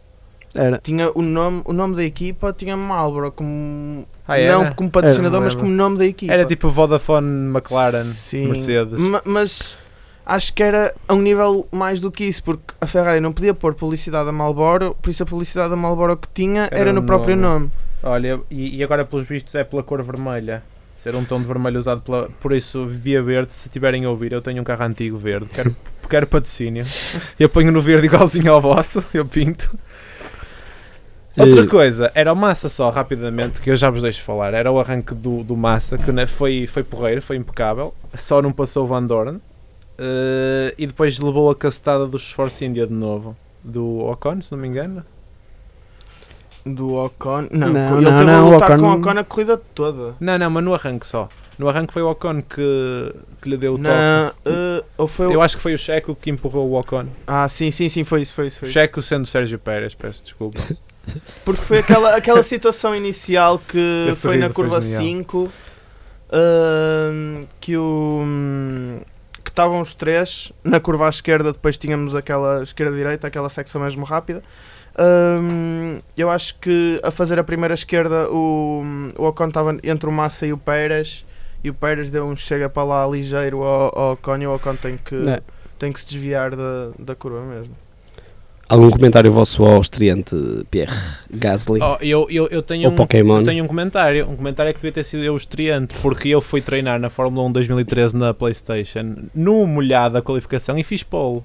E: Era.
D: Tinha o nome, o nome da equipa tinha Marlboro como
B: Ah, era?
D: não como patrocinador,
B: Era,
D: mas
B: não
D: como nome da equipa.
B: Era tipo Vodafone, McLaren,
D: Sim.
B: Mercedes.
D: Ma- mas acho que era a um nível mais do que isso, porque a Ferrari não podia pôr publicidade a Marlboro, por isso a publicidade a Marlboro que tinha
B: Era
D: era,
B: o
D: no próprio
B: nome.
D: nome.
B: Olha, e, e agora pelos vistos é pela cor vermelha. Ser um tom de vermelho usado pela, por isso via verde, se tiverem a ouvir, eu tenho um carro antigo verde, quero, quero patrocínio. Eu ponho no verde igualzinho ao vosso, eu pinto. Outra
C: Eh,
B: coisa, era o Massa só, rapidamente, que eu já vos deixo falar. Era o arranque do, do Massa, que né, foi, foi porreiro, foi impecável. Só não passou o Van Dorn. Eh, e depois levou a cacetada dos Force India de novo. Do Ocon, se não me engano.
D: Do Ocon. Não,
E: Não,
D: ele
E: não,
D: teve a
E: não, o
D: lutar
E: Ocon-
D: com o Ocon a corrida toda.
B: Não, não, mas no arranque só. No arranque foi o Ocon que, que lhe deu o toque.
D: Na, eh, ou foi o-
B: Eu acho que foi o Checo que empurrou o Ocon.
D: Ah, sim, sim, sim, foi isso, foi isso.
B: O
D: Foi isso.
B: Checo sendo o Sérgio Pérez, peço desculpa.
D: Porque foi aquela, aquela situação inicial que
B: Esse
D: foi na
B: riso foi
D: curva
B: genial.
D: 5 ahm, que o que estavam os três na curva à esquerda, depois tínhamos aquela esquerda-direita, aquela secção mesmo rápida. Ahm, eu acho que a fazer a primeira esquerda o, o Ocon estava entre o Massa e o Pérez e o Pérez deu um chega para lá ligeiro ao, ao Ocon e o Ocon tem que,
C: Não.
D: tem que se desviar da, da curva mesmo.
C: Algum comentário vosso ao estreante Pierre Gasly?
B: Oh, eu, eu, eu tenho
C: Ou
B: um,
C: Pokémon.
B: eu tenho um comentário. Um comentário que devia ter sido eu estreante, porque eu fui treinar na Fórmula 1 2013 na Playstation, no molhado da qualificação, e fiz pole.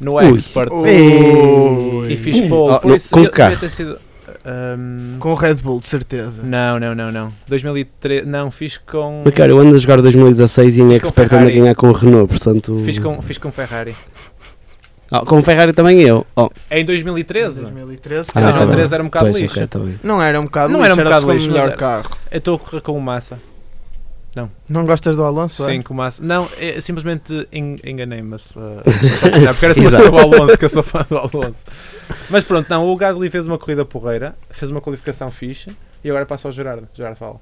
B: No
C: Ui.
B: Expert.
E: Ei.
B: E fiz pole.
C: Oh,
B: Por
C: no-
B: isso,
C: com
B: eu
C: que carro?
B: devia ter sido... ahm,
D: Com o Red Bull, de certeza.
B: Não, não, não, não. 2013... Não, fiz com...
C: Mas, cara, eu ando a jogar 2016 e em
B: com
C: Expert ando a
B: Ferrari.
C: ganhar com o Renault, portanto.
B: Fiz com, fiz com Ferrari. É
C: Ah, com o Ferrari também eu. Oh,
B: Em 2013?
D: 2013,
C: Ah,
B: Não,
C: não,
D: cara.
C: tá bem.
B: 2013 era um bocado
C: pois,
B: lixo.
C: ok, tá bem.
D: Não era um bocado
B: Não
D: lixo,
B: era um bocado
D: o
B: lixo,
D: segundo
B: mas
D: melhor
B: era.
D: carro.
B: Eu estou a correr com o Massa.
D: Não gostas do Alonso?
B: Sim, com o Massa. Não, é, simplesmente en- enganei-me. Mas, uh, só se calhar, porque era se fosse
C: Exato.
B: o Alonso, que eu sou fã do Alonso. Mas pronto, não, o Gasly fez uma corrida porreira, fez uma qualificação fixe e agora passa ao Gerardo. Gerardo fala.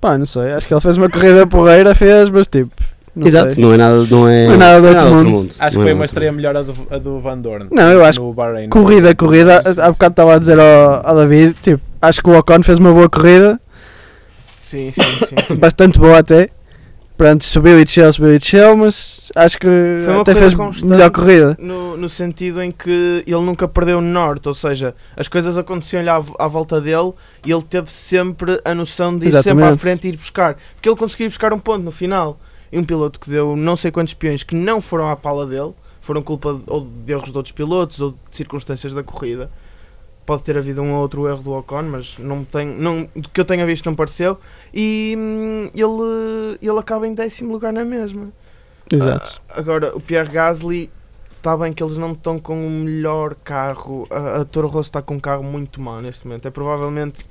E: Pá, não sei, acho que ele fez uma corrida porreira, fez, mas tipo. Não
C: Exato,
E: sei.
C: não é nada, não é,
E: Não é nada do outro mundo.
B: Acho que
C: Não é
B: foi uma
C: outro
B: estreia melhor a do, a do Van Dorn.
E: Não, eu acho
B: No Bahrein.
E: Corrida, corrida, há bocado estava a dizer ao, ao David, tipo, acho que o Ocon fez uma boa corrida,
D: Sim, sim, sim. sim.
E: bastante boa até. Pronto, subiu e desceu, subiu e desceu, mas acho que
D: Foi uma
E: até
D: corrida
E: fez
D: constante.
E: melhor corrida.
D: No, no sentido em que ele nunca perdeu o norte, ou seja, as coisas aconteciam-lhe à, v- à volta dele e ele teve sempre a noção de ir sempre à
E: Exatamente.
D: frente e ir buscar. Porque ele conseguiu ir buscar um ponto no final. E um piloto que deu não sei quantos peões que não foram à pala dele, foram culpa de- ou de erros de outros pilotos ou de circunstâncias da corrida. Pode ter havido um ou outro erro do Ocon, mas não me tenho, não, do que eu tenha visto não pareceu. E hum, ele, ele acaba em décimo lugar na mesma.
E: Exato.
D: Ah, agora, o Pierre Gasly, está bem que eles não estão com o melhor carro. A, a Toro Rosso está com um carro muito mau neste momento. É provavelmente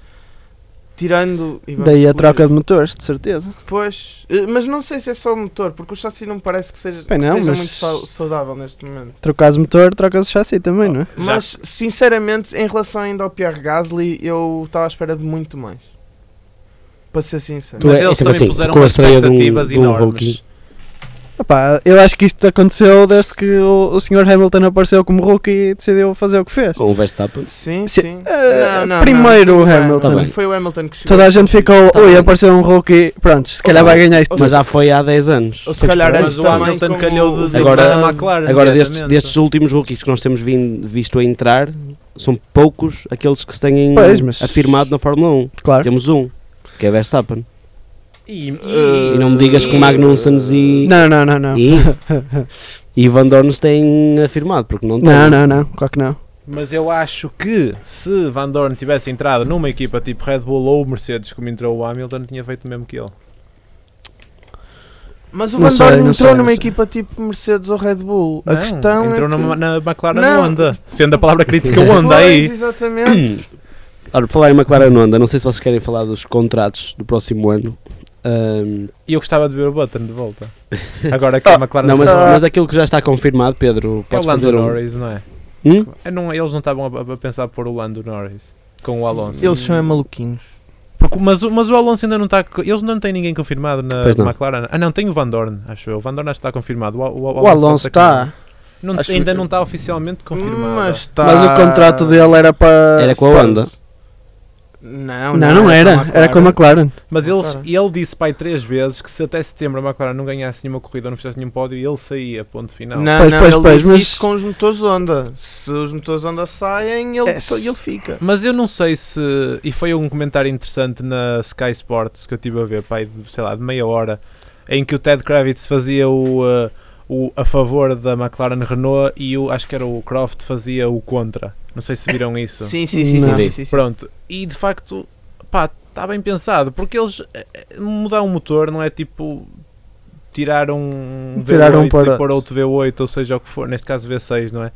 D: tirando. e vamos
E: Daí a
D: excluir-
E: troca de motores, de certeza.
D: Pois, eh, mas não sei se é só o motor, porque o chassi não me parece que seja,
E: Bem, não,
D: que seja
E: mas-
D: muito sau- saudável neste momento.
E: Trocas o motor, trocas o chassi também,
D: Ah.
E: não é?
B: Já-
D: Mas, sinceramente, em relação ainda ao Pierre Gasly, eu estava à espera de muito mais. Para ser sincero.
C: Tu
B: Mas
C: é- é
B: eles
C: sempre
B: também
C: assim,
B: puseram
C: com a
B: umas
C: estreia de um-
B: expectativas
C: de um
B: enormes.
C: rookie.
E: Opá, eu acho que isto aconteceu desde que o, o Sr. Hamilton apareceu como rookie e decidiu fazer o que fez.
C: Com o Verstappen.
D: Sim,
E: Se-
D: sim.
E: Eh,
D: Não, não,
E: primeiro o
D: não.
E: Hamilton.
C: Tá bem.
D: Foi o Hamilton que chegou.
E: Toda a gente ficou,
C: Tá
E: ui,
C: bem.
E: apareceu um rookie, pronto, se
D: Oh.
E: calhar vai ganhar isto.
D: Ou
C: Mas já foi há 10 anos.
D: Ou se calhar
B: Mas
D: antes
B: o
D: também
B: Hamilton
D: como-
B: calhou de
C: Agora-
B: de- da McLaren.
C: Agora, destes,
B: diretamente.
C: destes últimos rookies que nós temos vindo, visto a entrar, são poucos aqueles que se têm
E: Pois, mas-
C: afirmado na Fórmula 1.
E: claro.
C: Temos um, que é Verstappen.
B: E,
C: E
B: Eh,
C: não me digas que Magnussen e,
E: Não, não, não, não.
C: e, e Van Dorn se têm afirmado, porque não têm.
E: Não, não, não, claro que não.
B: Mas eu acho que se Van Dorn tivesse entrado numa equipa tipo Red Bull ou Mercedes, como entrou o Hamilton, tinha feito o mesmo que ele.
D: Mas o Van
E: Não sei,
D: Dorn
E: não
D: entrou
E: sei, não
D: numa
E: sei.
D: equipa tipo Mercedes ou Red Bull. a
B: Não,
D: questão
B: entrou
D: é
B: numa-
D: que...
B: na McLaren
D: Não.
B: Honda, sendo a palavra crítica
C: Pois,
B: Honda
D: Pois,
B: aí.
D: exatamente.
C: Ora, por falar em McLaren Honda, não sei se vocês querem falar dos contratos do próximo ano. Ahm,
B: E eu gostava de ver o Button de volta. Agora que a McLaren
C: não, mas,
B: é
C: mas aquilo que já está confirmado, Pedro,
B: o
C: podes
B: Lando
C: fazer um...
B: Norris, não é?
C: Hum?
B: É, não- eles não estavam a, a pensar por o Lando Norris com o Alonso.
D: Eles são é maluquinhos.
B: Porque- mas, o- mas o Alonso ainda não está. co- Eles ainda não têm ninguém confirmado na
C: Pois não.
B: McLaren. Ah, não, tem o Van Dorn, acho eu. O Van Dorn acho que está confirmado. O, o- tá o
E: O Alonso
B: pode ser
C: tá-
B: que não.
E: está.
B: Não-
E: Acho
B: ainda
E: que-
B: não está oficialmente confirmado.
D: Mas, tá...
E: Mas o contrato dele era para.
C: Era com a Honda.
D: Não, é
E: Não, não era. Era com a McLaren.
B: Mas eles,
D: McLaren.
B: ele disse pai três vezes que se até setembro a McLaren não ganhasse nenhuma corrida ou não fizesse nenhum pódio, ele saía, ponto final.
D: Não,
E: Pois,
D: não,
E: pois,
D: ele
E: pois,
D: disse
E: mas-
D: isso com os motores Honda. Se os motores Honda saem, ele,
E: É, se-
D: ele fica.
B: Mas eu não sei se. E foi um comentário interessante na Sky Sports que eu tive a ver, pai, de, sei lá, de meia hora, em que o Ted Kravitz fazia o, eh, o a favor da McLaren Renault e o, acho que era o Croft fazia o contra. Não sei se viram isso.
D: Sim, sim, sim.
E: Não.
D: sim, sim, sim.
B: Pronto, e de facto, pá, está bem pensado, porque eles eh, eh, mudar um motor não é tipo tirar um
E: Tirar um
B: V8
E: para
B: e pôr outro
E: outro.
B: V8, ou seja, o que for, neste caso V6, não é?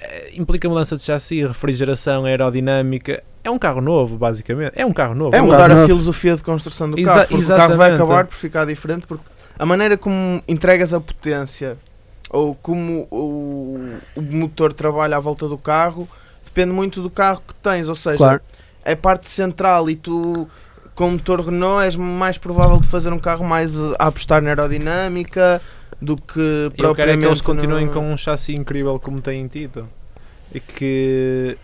B: Eh, Implica mudança de chassi, refrigeração, aerodinâmica, É um carro novo, basicamente. É um carro novo.
D: É
E: um
D: mudar
E: carro
D: a
E: novo.
D: filosofia de construção do
B: Exa-
D: carro. Porque o carro vai
B: exatamente.
D: acabar por ficar diferente porque a maneira como entregas a potência ou como o, o motor trabalha à volta do carro depende muito do carro que tens. Ou seja,
E: Claro.
D: é parte central e tu com o motor Renault és mais provável de fazer um carro mais eh, a apostar na aerodinâmica do que
B: Eu quero é que
D: propriamente
B: eles continuem
D: no-
B: com um chassi incrível como têm tido. E que.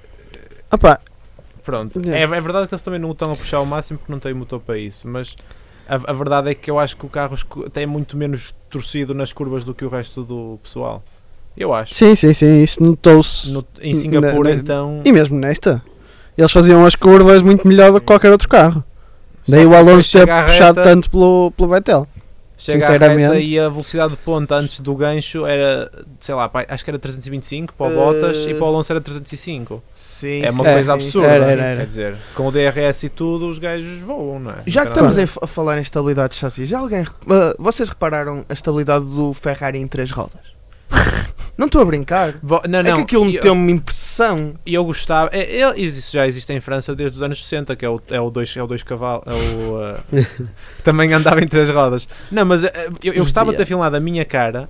E: Opa,
B: Pronto.
E: Yeah.
B: É, é verdade que eles também não o estão a puxar ao máximo porque não têm motor para isso. Mas a, a verdade é que eu acho que o carro esco- tem muito menos torcido nas curvas do que o resto do pessoal. Eu acho.
E: sim, sim, sim, isso notou-se.
B: No- em Singapura,
E: Na- na-
B: então.
E: E mesmo nesta, eles faziam as curvas muito melhor do que qualquer outro carro.
B: só
E: Daí o
B: que depois
E: Alonso ter
B: chega à
E: puxado
B: reta-
E: tanto pelo, pelo Vettel.
B: Chega
E: Sinceramente.
B: à reta e a velocidade de ponta antes do gancho era, sei lá, pá, acho que era 325 para o
D: Eh,
B: Bottas e para o Alonso era 305.
D: Sim,
B: é uma
D: sim,
B: coisa
D: sim,
B: absurda.
E: era, era, era.
B: Quer dizer, com o DRS e tudo, os gajos voam, não é? Não
D: Já
B: tem
D: que estamos
B: nada
D: em- a falar em estabilidade de chassi, já alguém. rep- ah, vocês repararam a estabilidade do Ferrari em três rodas? não estou a brincar.
B: a ver. Vo- Não, Ah,
D: é
B: não.
D: que aquilo
B: e eu,
D: meteu-me impressão.
B: e eu gostava. é- é- isso já existe em França desde os anos 60, que é o 2 é o dois, é o dois cavalos. É o, eh, que também andava em três rodas. Não, mas eh, eu, eu gostava de ter filmado a minha cara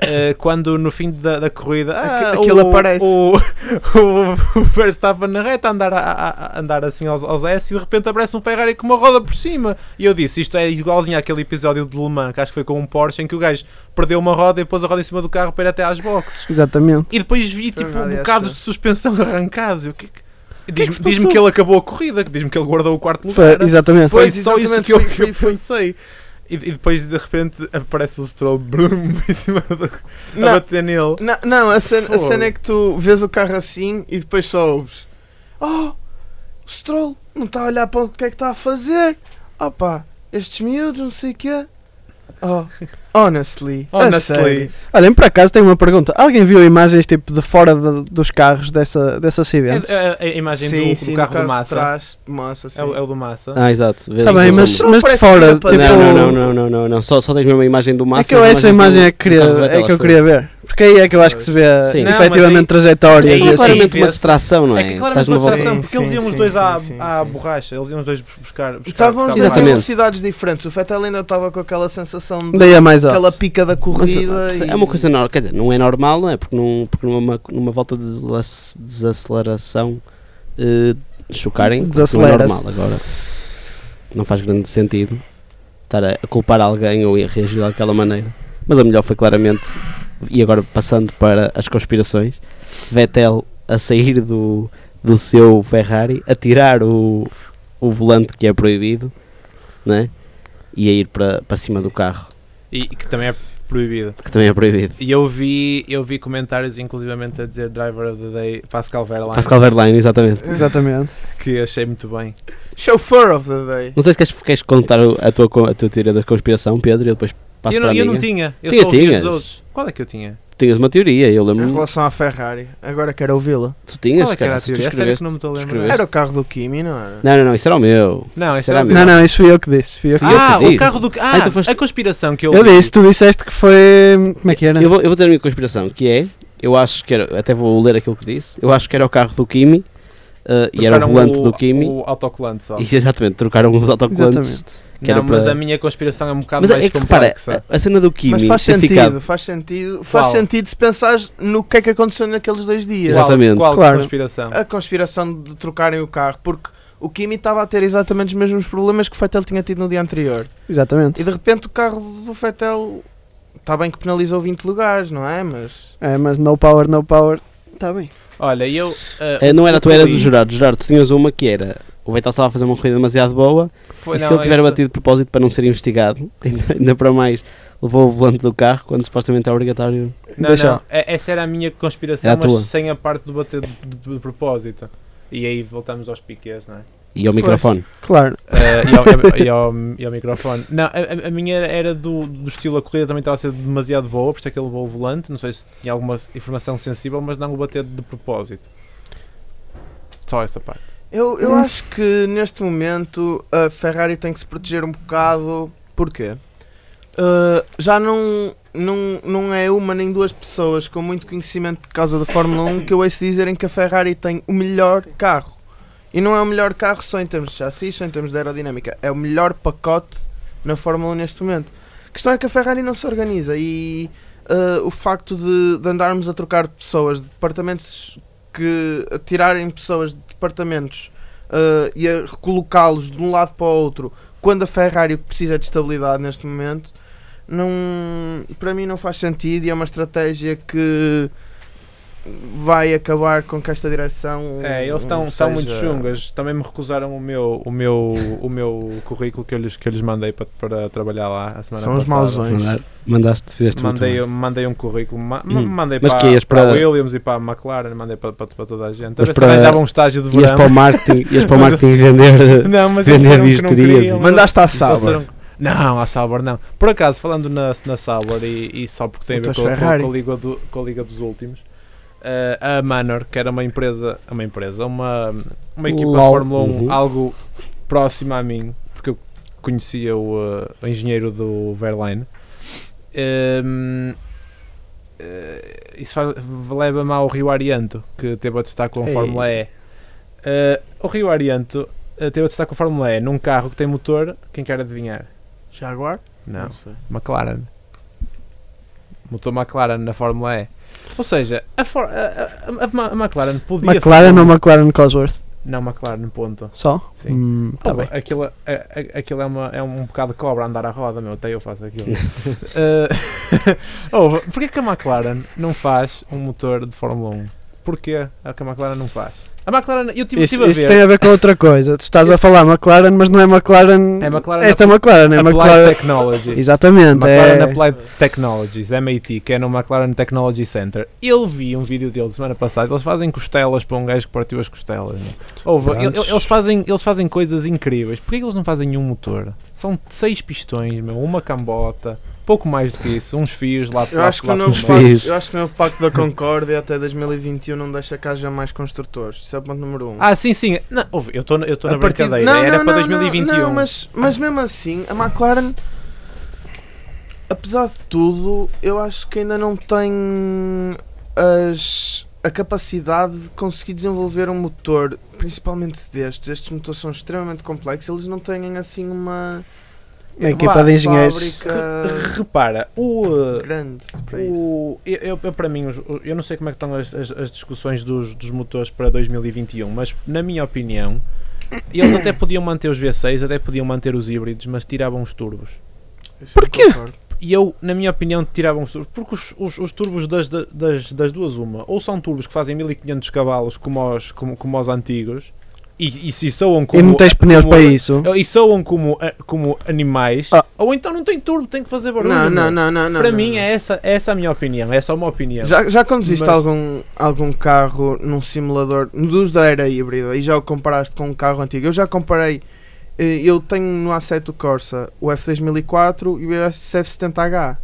B: eh, quando no fim da, da corrida. Ah,
D: Aque- aquilo
B: o,
D: aparece.
B: O, o, o Verstappen na reta a andar, a, a- a andar assim aos, aos S e de repente aparece um Ferrari com uma roda por cima. E eu disse: Isto é igualzinho àquele episódio de Le Mans, que acho que foi com um Porsche, em que o gajo perdeu uma roda e pôs a roda em cima do carro para ir até às boxes.
E: Exatamente.
B: E depois vi
D: Foi
B: tipo
D: uma
B: um
D: dessa.
B: bocado de suspensão arrancados. Eu, que, que...
D: que é que
B: Diz-me
D: se
B: diz-me
D: passou?
B: que ele acabou a corrida, que diz-me que ele guardou o quarto
E: Foi,
B: lugar.
E: exatamente.
B: Foi
D: Pois,
B: só isso
D: exatamente,
B: que eu,
D: foi-
B: que eu
D: foi-
B: pensei. E, e depois de repente aparece o Stroll brum, em cima do. a
D: Não,
B: bater nele.
D: não, não, a, cena, a
B: oh. Fogo.
D: cena é que tu vês o carro assim e depois só ouves: Oh, o Stroll não está a olhar para o que é que está a fazer. Opa, estes miúdos, não sei o quê. Oh, honestly. a sério.
B: Honestly.
E: Olhem, por acaso tenho uma pergunta. Alguém viu imagens tipo de fora de- dos carros dessa, desse acidente?
B: É, é- é a imagem
D: Sim,
B: do,
D: sim,
B: do
D: no
B: carro do
D: de
B: Massa.
D: trás, de massa, sim.
B: É o, é o do Massa.
C: Ah, exato. vês
E: Tá
C: o
E: bem,
C: resumo.
E: mas,
D: Não
E: mas de
D: parece que
E: fora,
D: dá
E: tipo.
D: para-
C: Não, não, não, não, não, não, não. Só, só tens mesmo a imagem do
E: É
C: máximo.
E: que eu essa imagem é que, queria,
C: do Vettel,
E: é que eu
C: acho
E: queria ver. Porque aí é que eu acho que se vê
C: Sim. Não,
B: mas
E: efetivamente
B: aí-
E: trajetórias
B: Sim,
E: e
C: é
E: assim.
C: claramente
B: vê-se.
C: uma distração, não
B: É
C: é?
B: que
C: Estás
B: claramente
C: numa
B: uma
C: volta.
B: distração, porque
D: Sim,
B: eles iam os
D: sim,
B: dois
D: sim,
B: à,
D: sim,
B: à
D: sim.
B: borracha, eles iam os dois buscar. buscar
D: Estavam os
B: buscar
D: dois em
C: Exatamente.
D: velocidades diferentes. O Vettel ainda estava com aquela sensação de
E: Daí é mais
D: aquela
E: alto.
D: pica da
C: Mas,
D: corrida.
C: mas
D: e-
C: é uma coisa normal, quer dizer, não é normal, não é? Porque, num, porque numa, numa volta de desla- desaceleração eh, chocarem não é
E: Desacelera-se.
C: normal. Agora não faz grande sentido estar a, a culpar alguém ou a reagir daquela maneira. Mas a melhor foi claramente, e agora passando para as conspirações, Vettel a sair do, do seu Ferrari, a tirar o, o volante que é proibido, né? E a ir para para cima do carro,
B: E que também é proibido.
C: que também é proibido.
B: E eu vi, eu vi comentários, inclusivamente, a dizer Driver of the Day, Pascal Verlaine,
C: Pascal Verlaine, exatamente.
E: Exatamente.
B: que achei muito bem.
D: Chauffeur of the day.
C: Não sei se queres, queres contar o- a tua, co- a tua teoria da conspiração, Pedro, e eu depois passo
B: eu não,
C: para a
B: eu
C: minha.
B: não tinha, eu
C: Tinhas,
B: só ouvi os
C: tinhas.
B: outros. Qual é que eu tinha?
C: Tinhas uma teoria, eu
D: Em
C: lembro-me.
D: relação à Ferrari, agora quero ouvi-la.
C: Tu tinhas,
B: Qual é que era
C: cara,
B: a
C: se tu
B: teoria? É sério que
C: escreveste.
B: não me estou a
C: tu
B: lembrar.
C: escreveste.
D: Era o carro do Kimi, não era?
C: Não, não, não, isso era o meu.
B: Não, esse
C: Será
B: era o
C: mesmo?
E: Não, não, isso fui eu que disse. Fui eu que
B: Ah,
C: eu que
B: o
C: disse.
B: carro do. Ah,
C: então foste-
B: a conspiração que eu.
E: Eu
B: li.
E: disse, tu disseste que foi. Como é que era?
C: Eu vou, eu vou ter a minha conspiração, que é, eu acho que era, até vou ler aquilo que disse, eu acho que era o carro do Kimi, eh, e era o
B: Trocaram
C: volante do Kimi.
B: O autocolante só.
C: E, exatamente, trocaram os autocolantes.
E: Exatamente.
C: é que era
B: não, mas
C: para-
B: a minha conspiração é um bocado
C: Mas é,
B: mais
C: é que repara,
B: complexa.
C: a, a cena do Kimi
D: Mas faz
C: ter
D: sentido,
C: ficado.
D: faz sentido, faz
B: Qual?
D: sentido se pensares no que é que aconteceu naqueles dois dias.
B: Qual-
C: Exatamente.
B: Qual,
E: Claro.
B: conspiração?
D: A conspiração de trocarem o carro, porque o Kimi estava a ter exatamente os mesmos problemas que o Vettel tinha tido no dia anterior.
E: Exatamente.
D: E de repente o carro do Vettel está bem que penalizou 20 lugares, não é? Mas
E: É, mas no power, no power.
D: Tá
E: Está bem.
B: Olha, eu. ah,
C: Eh, não era a
B: o
C: tua
B: que
C: era
B: li-
C: do Gerardo, Gerardo, tu tinhas uma que era, o Vettel estava a fazer uma corrida demasiado boa,
B: Foi,
C: e se
B: não,
C: ele tiver
B: essa-
C: batido de propósito para não ser investigado, ainda, ainda para mais, levou o volante do carro quando supostamente é obrigatório.
B: Não,
E: Deixa
B: não,
E: lá.
B: é- essa era a minha conspiração,
C: Era a
B: mas
C: tua.
B: sem a parte do bater de, de- de propósito. E aí voltamos aos piquês, não é?
C: E ao microfone.
E: Claro.
B: Ah, e, ao, e ao- e ao microfone. Não, a- a, a minha era do, do estilo, a corrida também estava a ser demasiado boa, por isso é que ele levou o volante. Não sei se tinha alguma informação sensível, mas não o bater de propósito. Só essa parte.
D: eu, eu
E: Hum.
D: acho que neste momento a Ferrari tem que se proteger um bocado. Porquê? Uh, já não, não, não é uma nem duas pessoas um com muito conhecimento de causa da Fórmula 1 que eu ouço dizerem que a Ferrari tem o melhor carro. E não é o melhor carro só em termos de chassi, só em termos de aerodinâmica. É o melhor pacote na Fórmula 1 neste momento. A questão é que a Ferrari não se organiza e eh, o facto de, de andarmos a trocar de pessoas, de departamentos que a tirarem pessoas de departamentos eh, e a recolocá-los de um lado para o outro, quando a Ferrari o que precisa é de estabilidade neste momento, não, para mim não faz sentido e é uma estratégia que vai acabar com que esta direção.
B: É, eles estão
D: Hum, seja-
B: estão muito chungas. Também me recusaram o meu, o meu, o meu currículo que eu lhes, que eu lhes mandei para, para trabalhar lá a semana
D: São os
B: passada.
D: mauzões.
C: Mandar- Mandaste, fizeste muito
B: Mandei,
C: bem.
B: mandei um currículo, ma-
C: Hum.
B: mandei
C: Mas
B: para,
C: que ias
B: para a
C: para-
B: Williams e para a McLaren, mandei para, para, para toda a gente. A
C: Mas
B: ver se
C: para-
B: arranjavam um estágio de
C: Ias
B: verão.
C: para o marketing, ias para o marketing vender.
B: Não, mas
C: vender
B: eles disseram que não
C: vistorias.
B: queriam, mas-
E: Mandaste à
B: eles
E: Sauber.
B: disseram- Não, a Sauber não. Por acaso, falando na, na Sauber e, e só porque tem a ver
D: Outras
B: com, com-
D: Ferrari.
B: com a, Liga do- com a Liga dos Últimos, eh, a Manor, que era uma empresa, uma empresa, uma, uma equipa
C: Lol.
B: de Fórmula 1
C: Uhum.
B: algo próxima a mim, porque eu conhecia o, eh, o engenheiro do Verline. Ehm, eh, isso faz- leva-me ao Rio Arianto, que teve a testar com a
C: Ei.
B: Fórmula E. Eh, o Rio Arianto eh, teve a testar com a Fórmula E num carro que tem motor, quem quer adivinhar?
D: Jaguar?
B: Não.
D: sei.
B: McLaren. Motor McLaren na Fórmula E. Ou seja, a, For- a- a- a Ma- a McLaren podia.
E: McLaren
B: fazer- um-
E: ou McLaren Cosworth?
B: Não, McLaren, ponto.
E: Só?
B: Sim.
E: Hum, tá
B: Oh,
E: bem.
B: Aquilo, a- a- aquilo é, uma, é um bocado de cobra andar à roda, meu. Até eu faço aquilo. Eh, ouve, porquê que a McLaren não faz um motor de Fórmula 1? Porquê a que a McLaren não faz? A McLaren, eu tive,
E: Isso,
B: tive a
E: isso
B: ver.
E: tem a ver com outra coisa. Tu estás a falar McLaren, mas não é McLaren.
B: É McLaren
E: Esta é McLaren, é
B: Applied
E: McLaren.
B: Technology.
E: Exatamente.
B: McLaren
E: É...
B: Applied Technologies, MIT, que é no McLaren Technology Center. Eu vi um vídeo dele semana passada, eles fazem costelas para um gajo que partiu as costelas. né? Houve-
C: Prontos.
B: ele- ele- eles, fazem, eles fazem coisas incríveis. Porquê que eles não fazem um motor? São seis pistões, meu, uma cambota, pouco mais do que isso, uns fios lá
D: Eu acho, que o
B: lá
D: novo
C: com-
D: pacto,
C: Fiz.
D: eu acho que o novo pacto da Concórdia até 2021 não deixa que haja mais construtores. Isso é o ponto número 1. Um.
B: Ah, sim, sim. Não, ouve, eu estou na
D: A partir de-
B: brincadeira.
D: Não,
B: Era
D: não,
B: para
D: não,
B: 2021.
D: Não, mas, mas mesmo assim, a McLaren, apesar de tudo, eu acho que ainda não tem as, a capacidade de conseguir desenvolver um motor, principalmente destes. Estes motores são extremamente complexos, eles não têm assim uma,
E: A equipa de engenheiros.
D: fábrica
B: Repara, o, uh,
D: grande para isso.
B: O, eu, eu- eu, para mim, os- o- eu não sei como é que estão as, as- as discussões dos, dos motores para 2021, mas na minha opinião, eles até podiam manter os V6, até podiam manter os híbridos, mas tiravam os turbos.
D: Isso eu
E: Porquê?
D: concordo.
B: E eu, na minha opinião, tiravam os turbos, porque os, os- os turbos das, das, das duas uma, ou são turbos que fazem 1500 cavalos como os, como, como os antigos, e, e se soam como...
E: E não tens pneus
B: como-
E: para isso?
B: E soam como, eh, como animais,
E: Ah.
B: ou então não tem turbo, tem que fazer barulho.
D: Não,
B: meu.
D: não, não, não, não.
B: Para
D: não,
B: mim
D: não.
B: É, essa, é essa a minha opinião, é só uma opinião.
D: Já, já conduziste
B: Mas-
D: algum, algum carro num simulador dos da era híbrida e já o comparaste com um carro antigo? Eu já comparei. eh, Eu tenho no Assetto Corsa o F2004 e o F70H.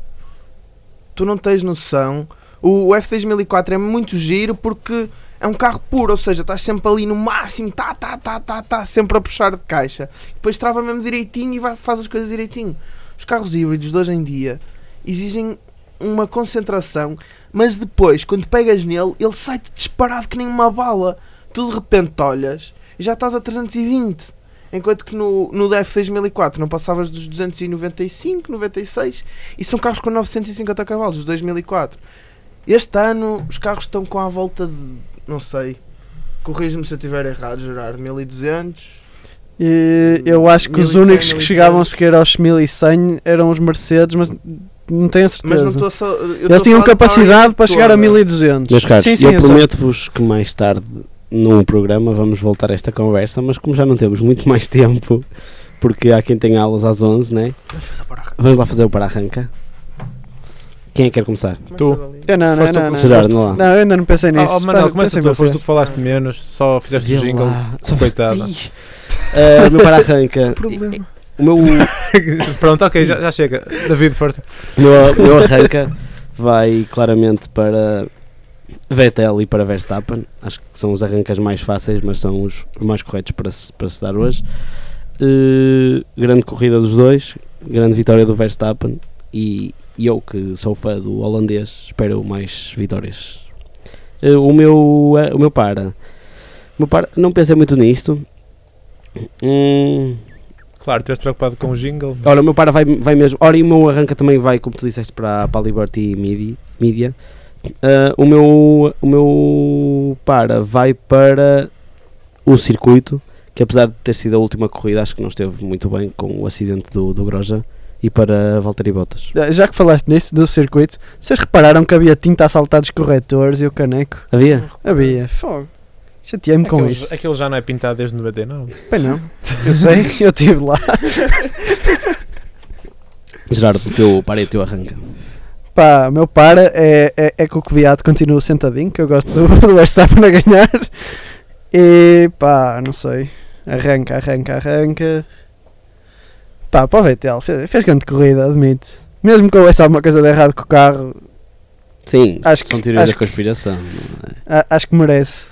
D: Tu não tens noção. O o F2004 é muito giro porque é um carro puro, ou seja, estás sempre ali no máximo, tá, tá, tá, tá, tá, sempre a puxar de caixa. Depois trava mesmo direitinho e vai- faz as coisas direitinho. Os carros híbridos de hoje em dia exigem uma concentração mas depois, quando pegas nele, ele sai-te disparado que nem uma bala. Tu de repente olhas e já estás a 320. Enquanto que no, no DF 2004 não passavas dos 295, 96 e são carros com 950 cavalos, os 2004. Este ano os carros estão com à volta de. não sei. Corrijo-me se eu estiver errado, Gerardo. 1200.
E: E eu acho que os
D: 1100,
E: únicos que
D: 1100.
E: chegavam sequer aos 1100 eram os Mercedes, mas não tenho a
D: Mas
E: certeza.
D: não estou só. eu estou a
E: Eles tinham
D: falar de
E: capacidade
D: Power
E: para chegar a
D: toda.
E: 1200.
C: Meus caros,
E: sim, sim,
C: eu
E: eu só-
C: prometo-vos que mais tarde, num programa, vamos voltar a esta conversa, mas como já não temos muito mais tempo, porque há quem tem aulas às 11, né? Vamos lá fazer o para-arranca. Quem é que quer começar?
D: Começa
B: Tu.
D: dali.
E: Eu É, não, não,
B: Foste tu
E: não,
B: que-
E: não.
C: Gerardo, não lá.
E: Não, eu ainda não pensei nisso.
B: Oh, oh, Manel,
E: Pá,
B: começa
E: pensei
B: tu,
E: em
B: foste
E: você.
B: tu que falaste menos, só fizeste o
C: Vê
B: jingle.
C: lá.
B: Coitada.
C: Ih. Ah, o meu para-arranca.
D: Problema.
C: O meu, o
B: Pronto, ok, já, já chega. David, força.
C: meu, o meu arranca vai claramente para Vettel e para Verstappen. Acho que são os arrancas mais fáceis, mas são os mais corretos para se, para se dar hoje. Eh, grande corrida dos dois, grande vitória do Verstappen e eu que sou fã do holandês espero mais vitórias. Eh, o, meu, eh, o meu para Uma par- Não pensei muito nisto. Hum,
B: Claro, estiveste preocupado com o jingle.
C: Ora, o meu para vai, vai mesmo. Ora, e o meu arranca também vai, como tu disseste, para, para a Liberty Midi- Media. Ah, o, meu, o meu para vai para o circuito, que apesar de ter sido a última corrida, acho que não esteve muito bem com o acidente do, do Groja. E para Valtteri Bottas.
E: Já- Já que falaste nisso dos circuitos, vocês repararam que havia tinta a saltar dos corretores e o caneco?
C: Havia?
E: Havia, fogo. Chateei-me com
B: aquele,
E: isso.
B: aquele já não é pintado desde 99.
E: Bem, não. Eu sei, eu estive lá.
C: Gerardo, o teu para e o teu arranca.
E: Pá, o meu para é, é, é que o Coviado continua sentadinho, que eu gosto do, do Verstappen a ganhar. E pá, não sei. Arranca, arranca, arranca. Pá, para o Vettel, fez, fez grande corrida, admito. Mesmo que houvesse alguma coisa de errado com o carro,
C: Sim,
E: Acho
C: são
E: que-
C: teorias
E: acho
C: da conspiração. é?
E: a- acho que merece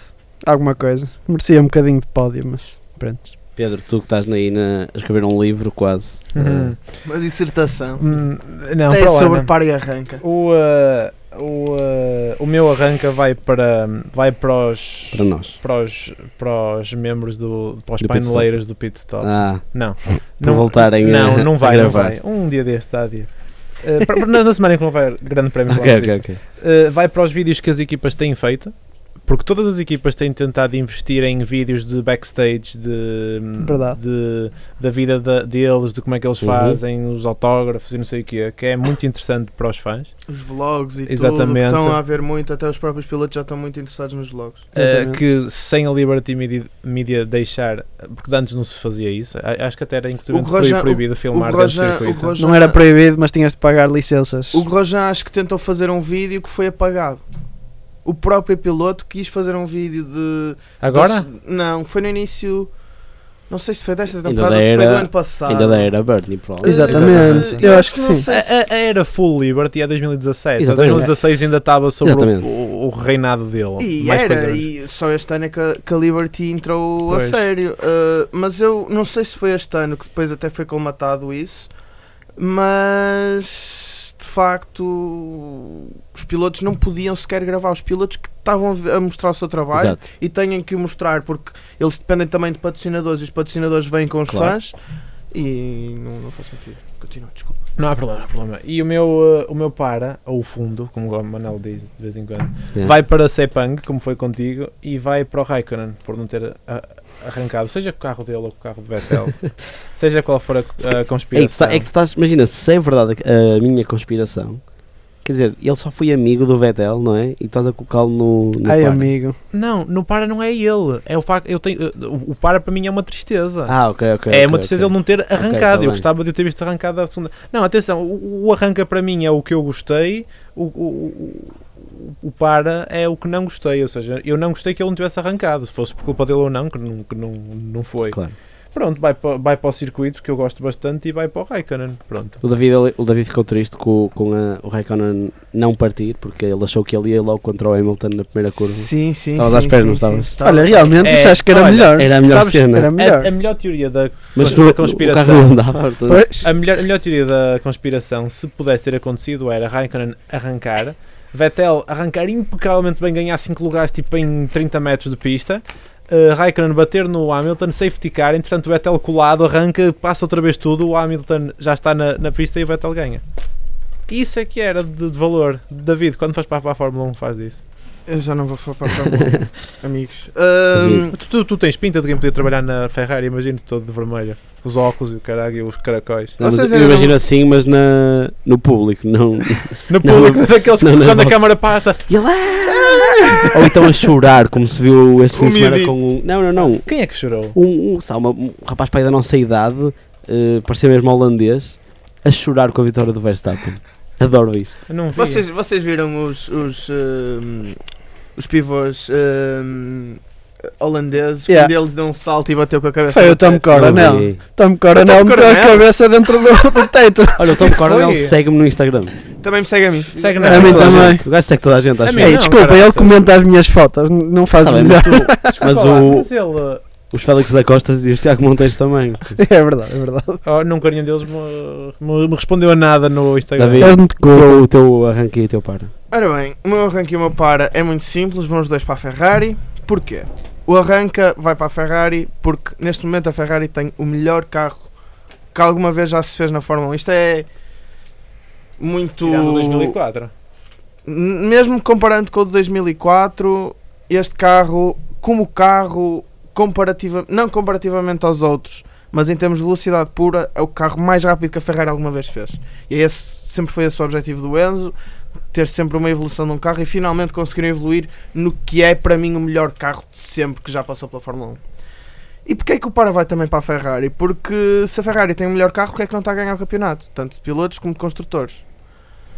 E: alguma coisa. Merecia um bocadinho de pódio, mas pronto.
C: Pedro, tu que estás aí na- a escrever um livro quase. eh,
B: Uhum.
D: Uma dissertação.
B: Hum, não,
D: Tem
B: para lá,
D: sobre
B: não.
D: par e arranca.
B: O, ah, o, ah, o meu arranca vai para, vai para os.
C: ah, para nós.
B: Para os, para os membros do. para os
C: Do pit stop.
B: paineleiros do pit stop.
C: Ah,
B: Não.
C: Para voltarem a-
B: Não, não
C: a
B: vai, não
C: gravar.
B: vai. Um dia deste há dia. Eh, pra- pra- na, na semana em que não vai grande prémio
C: ok,
B: falamos
C: ok,
B: disso.
C: ok.
B: Eh, vai para os vídeos que as equipas têm feito porque todas as equipas têm tentado investir em vídeos de backstage de,
E: Verdade.
B: de- da vida da- deles, de como é que eles
C: Uhum.
B: fazem os autógrafos e não sei o que que é muito interessante para os fãs
D: Os vlogs e tudo.
B: Exatamente.
D: Estão a ver muito, até os próprios pilotos já estão muito interessados nos vlogs.
B: eh,
E: Exatamente.
B: que sem a Liberty Media, Media deixar porque antes não se fazia isso a- acho que até era inclusive
D: O Grosjean-
B: proibido filmar dentro
D: o
B: do
D: Grosjean- o
B: um circuito
D: Grosjean-
E: Não era proibido, mas tinhas de pagar licenças.
D: tá. O Grosjean acho que tentou fazer um vídeo que foi apagado. O próprio piloto quis fazer um vídeo de.
B: agora?
D: Desse- Não, foi no início. Não sei se foi desta
C: Ainda
D: temporada ou
C: da
D: se foi do
C: era-
D: ano passado.
C: Ainda da era Bernie,
D: Eh,
C: provavelmente.
E: Exatamente.
D: eh,
E: Eu acho que
D: não
E: sim.
D: sei se-
B: A, a- a era full Liberty é 2017
C: Exatamente.
B: a 2016 ainda estava sobre o,
C: Exatamente.
B: o- o reinado dele
D: E
B: mais
D: era,
B: coisa.
D: e só este ano é que a, que a Liberty entrou a
B: Pois.
D: sério. Uh, mas eu não sei se foi este ano que depois até foi colmatado isso, mas de facto os pilotos não podiam sequer gravar. Os pilotos que estavam a ver- a mostrar o seu trabalho
C: Exato. É
D: e têm que o mostrar porque eles dependem também de patrocinadores e os patrocinadores vêm com os
C: Claro.
D: fãs e não, não faz sentido. Continua, desculpa.
B: Não há problema, não há problema. E o meu, uh, o meu para, ou o fundo, como o Manel diz de vez em quando,
C: Yeah.
B: vai para Sepang, como foi contigo, e vai para o Raikkonen, por não ter a- arrancado, seja com o carro dele ou com o carro do Vettel, seja qual for a, a
C: É que, tu tá-
B: conspiração.
C: é que tu estás, imagina, se é verdade a minha conspiração, quer dizer, ele só foi amigo do Vettel, não é? E tu estás a colocá-lo no, no
E: Ai,
C: par.
E: amigo.
B: Não, no para não é ele. É o facto, eu tenho, uh, o- o para para mim é uma tristeza.
C: Ah, ok, ok.
B: é
C: ok,
B: uma tristeza
C: ok.
B: ele não ter arrancado.
C: tá
B: eu
C: bem.
B: gostava de eu ter visto arrancado a segunda. Não, atenção, o, o arranca para mim é o que eu gostei, o, o- o- o para é o que não gostei. Ou seja, eu não gostei que ele não tivesse arrancado, se fosse por culpa dele ou não, que não, que não, não foi.
C: Claro.
B: Pronto, vai para, vai para o circuito que eu gosto bastante e vai para o Raikkonen. Pronto.
C: O David, ele- o David ficou triste com, com a- o Raikkonen não partir, porque ele achou que ele ia logo contra o Hamilton na primeira curva.
D: Sim, sim.
C: Estavas à
D: sim,
C: espera, não
D: sim, sim.
C: estavas?
D: Estava.
E: Olha, realmente,
B: É,
E: isso acho que era
B: olha,
E: melhor.
C: Era a melhor
E: Sabes,
C: cena. É,
E: Era melhor.
B: A, a melhor teoria da
C: Mas
B: Mas
C: no-
B: a
C: o carro
B: conspiração-
C: não andava. portanto-
E: Pois.
B: A melhor, a melhor teoria da conspiração, se pudesse ter acontecido, era Raikkonen arrancar, Vettel arrancar impecavelmente bem, ganhar 5 lugares tipo em 30 metros de pista, eh, Raikkonen bater no Hamilton, safety car, entretanto Vettel colado, arranca, passa outra vez tudo, o Hamilton já está na, na pista e o Vettel ganha. Isso é que era de, de valor. David, quando faz para para a Fórmula 1, faz disso.
D: Eu já não vou falar para a Fórmula 1, amigos. Ahm,
B: Tu, tu- tu tens pinta de quem podia trabalhar na Ferrari, imagino-te todo de vermelho. Os óculos e o caralho e os caracóis.
C: Não, mas
D: Vocês
C: eu
D: eram-
C: imagino assim, mas na, no público, não.
B: No
C: Não,
B: público, daqueles que
C: não, não,
B: quando a
C: não.
B: câmara passa.
C: E ele, "Ah!" Ou então a chorar, como se viu este fim de semana
D: Humilde.
C: com um. Não, não, não.
B: Quem é que chorou?
C: Um, um, sabe, uma- um rapaz pai da nossa idade, eh, parecia mesmo holandês, a chorar com a vitória do Verstappen. Adoro isso.
B: Eu Não vi.
D: vocês, vocês viram os, os, ahm, os pivôs ahm, holandeses?
E: Yeah.
D: Um deles deu um salto e bateu com a cabeça.
E: Foi
D: no
E: o Tom
D: teto?
E: Coronel.
C: vi.
E: Tom Coronel
D: Tom
E: meteu a
D: Coronel?
E: cabeça dentro do, do teto.
C: Olha, o Tom Coronel
B: Foi?
C: segue-me no Instagram.
D: Também me segue a mim.
B: Segue-nos.
E: A
C: Segue
E: mim
C: toda
E: também.
C: gente. O gajo segue toda a gente,
B: A
C: acho
B: mim
C: eu.
E: Ei,
B: não,
E: desculpa,
B: caraca.
E: ele comenta as minhas fotos, n- não faz
C: Tá bem,
E: melhor.
C: mas, tu- mas
B: Desculpa lá,
C: o,
B: mas ele,
C: os Félix da Costa e os Tiago Montes também.
E: É verdade, é verdade.
B: oh, nunca nenhum deles me, me- me respondeu a nada no Instagram.
C: Davi.
E: És muito
C: O
E: cool.
C: teu, o teu arranque e o teu para.
D: Ora bem, o meu arranque e o meu para é muito simples. Vão os dois para a Ferrari. Porquê? O arranca vai para a Ferrari, porque neste momento a Ferrari tem o melhor carro que alguma vez já se fez na Fórmula 1. Isto é muito.
B: Tirando 2004.
D: N- Mesmo comparando com o de 2004, este carro, como carro, comparativa, não comparativamente aos outros, mas em termos de velocidade pura, é o carro mais rápido que a Ferrari alguma vez fez. E esse sempre foi esse o objetivo do Enzo, ter sempre uma evolução de um carro e finalmente conseguiram evoluir no que é para mim o melhor carro de sempre que já passou pela Fórmula 1. E porquê é que o Para vai também para a Ferrari? Porque se a Ferrari tem o melhor carro, porquê é que não está a ganhar o campeonato? Tanto de pilotos como de construtores.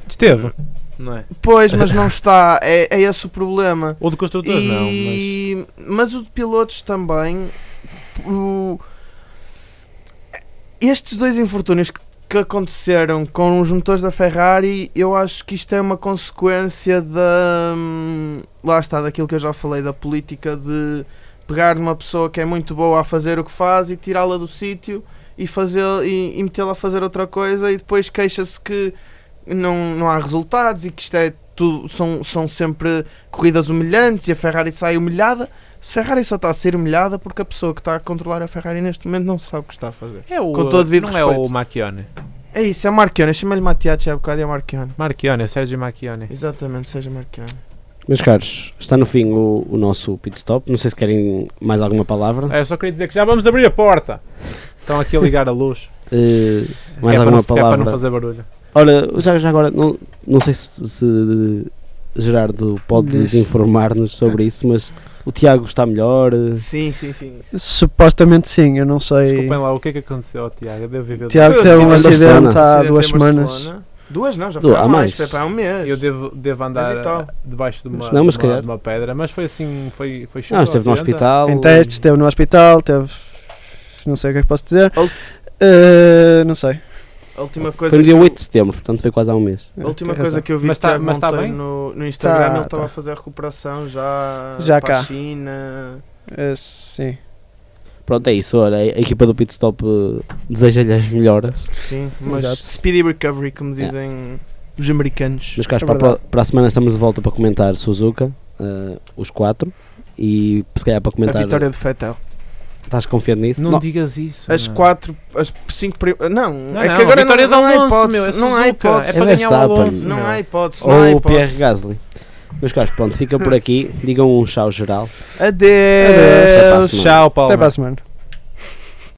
B: Esteve, não é?
D: Pois, mas não está. É, é esse o problema.
B: Ou de construtor, não, mas.
D: E- mas... o de pilotos também. o- Estes dois infortúnios que, que aconteceram com os motores da Ferrari, eu acho que isto é uma consequência da. hum, Lá está, daquilo que eu já falei, da política de pegar numa pessoa que é muito boa a fazer o que faz e tirá-la do sítio e, fazer- e, e metê-la a fazer outra coisa e depois queixa-se que não, não há resultados e que isto é tudo, são, são sempre corridas humilhantes e a Ferrari sai humilhada. Se Ferrari só está a ser humilhada porque a pessoa que está a controlar a Ferrari neste momento não sabe o que está a fazer.
B: É o,
D: com todo o devido
B: não é
D: respeito.
B: o Macchione.
D: É isso, é Marchione. Chama-lhe Matiachi há bocado e é Marchione.
B: Marchione, é o Sérgio Macchione.
D: Exatamente, seja Marchione.
C: Meus caros, está no fim o, o nosso pit stop. Não sei se querem mais alguma palavra.
B: Ah, eu só queria dizer que já vamos abrir a porta. Estão aqui a ligar a luz.
C: Eh, mais
B: é para
C: alguma
B: não, É para
C: palavra?
B: não fazer barulho.
C: Ora, já, já agora, não, não sei se, se Gerardo pode
E: Diz.
C: desinformar-nos sobre isso, mas o Tiago está melhor. eh,
D: Sim, sim, sim.
E: Supostamente sim, eu não sei.
B: Desculpem lá, o que é que aconteceu ao Tiago? Eu devo viver.
E: Tiago
D: Foi
E: teve um
C: acidente em
E: acidente há
D: Acidente em
E: duas semanas.
D: Barcelona. Duas não, já
C: Duas,
D: foi
C: há
D: há
C: mais.
D: mais. Foi para há um mês.
B: Eu devo, devo andar
D: Mas e tal?
B: ah, debaixo de uma,
C: Não, mas
B: de,
C: calhar.
B: uma, de uma pedra, mas foi assim, foi, foi chuva
C: Não, ah, esteve no
B: violenta.
C: hospital.
E: Em testes, esteve no hospital, teve. Não sei o que é que posso dizer.
D: Al-
E: Eh, não sei.
D: A última coisa
C: Foi no dia
D: que eu-
C: 8 de setembro, portanto foi quase há um mês.
D: A última
E: Tem
D: coisa
E: razão.
D: que eu vi
B: Mas
D: que
B: tá-
D: Tiago
B: mas tá
D: Monteiro
B: bem?
D: no, no Instagram,
E: Tá,
D: ele
E: tá.
D: estava a fazer a recuperação já,
E: Já
D: para a
E: cá.
D: China.
E: Eh, sim.
C: Pronto, é isso. Ora, a equipa do pit stop eh, deseja-lhe as melhoras.
D: Sim, mas
E: Exato.
D: speedy recovery, como dizem os americanos.
C: Meus caros,
E: É
C: para, a
E: verdade.
C: pro- para a semana estamos de volta para comentar Suzuka, eh, os quatro. E se calhar para
D: A
C: comentar.
D: vitória de Fettel.
C: Estás confiante nisso?
B: Não,
C: Não.
B: digas isso.
D: As
B: não.
D: quatro, as cinco prim- Não,
B: Não,
D: é
B: não, a
D: que agora não,
B: vitória
D: não,
B: do
D: há
B: Alonso,
D: hipótese.
B: meu, é
D: não há
B: Suzuka,
D: hipótese.
B: É para
C: É
B: ganhar o
C: Verstappen.
B: Alonso.
D: Não
B: meu.
D: há hipótese. Não há
C: Ou o
D: hipótese.
C: Pierre Gasly. Meus caros, pronto, fica por aqui. Digam um tchau geral.
D: Adeus.
C: Até para a semana.
B: Tchau, Paulo.
E: Até para a semana.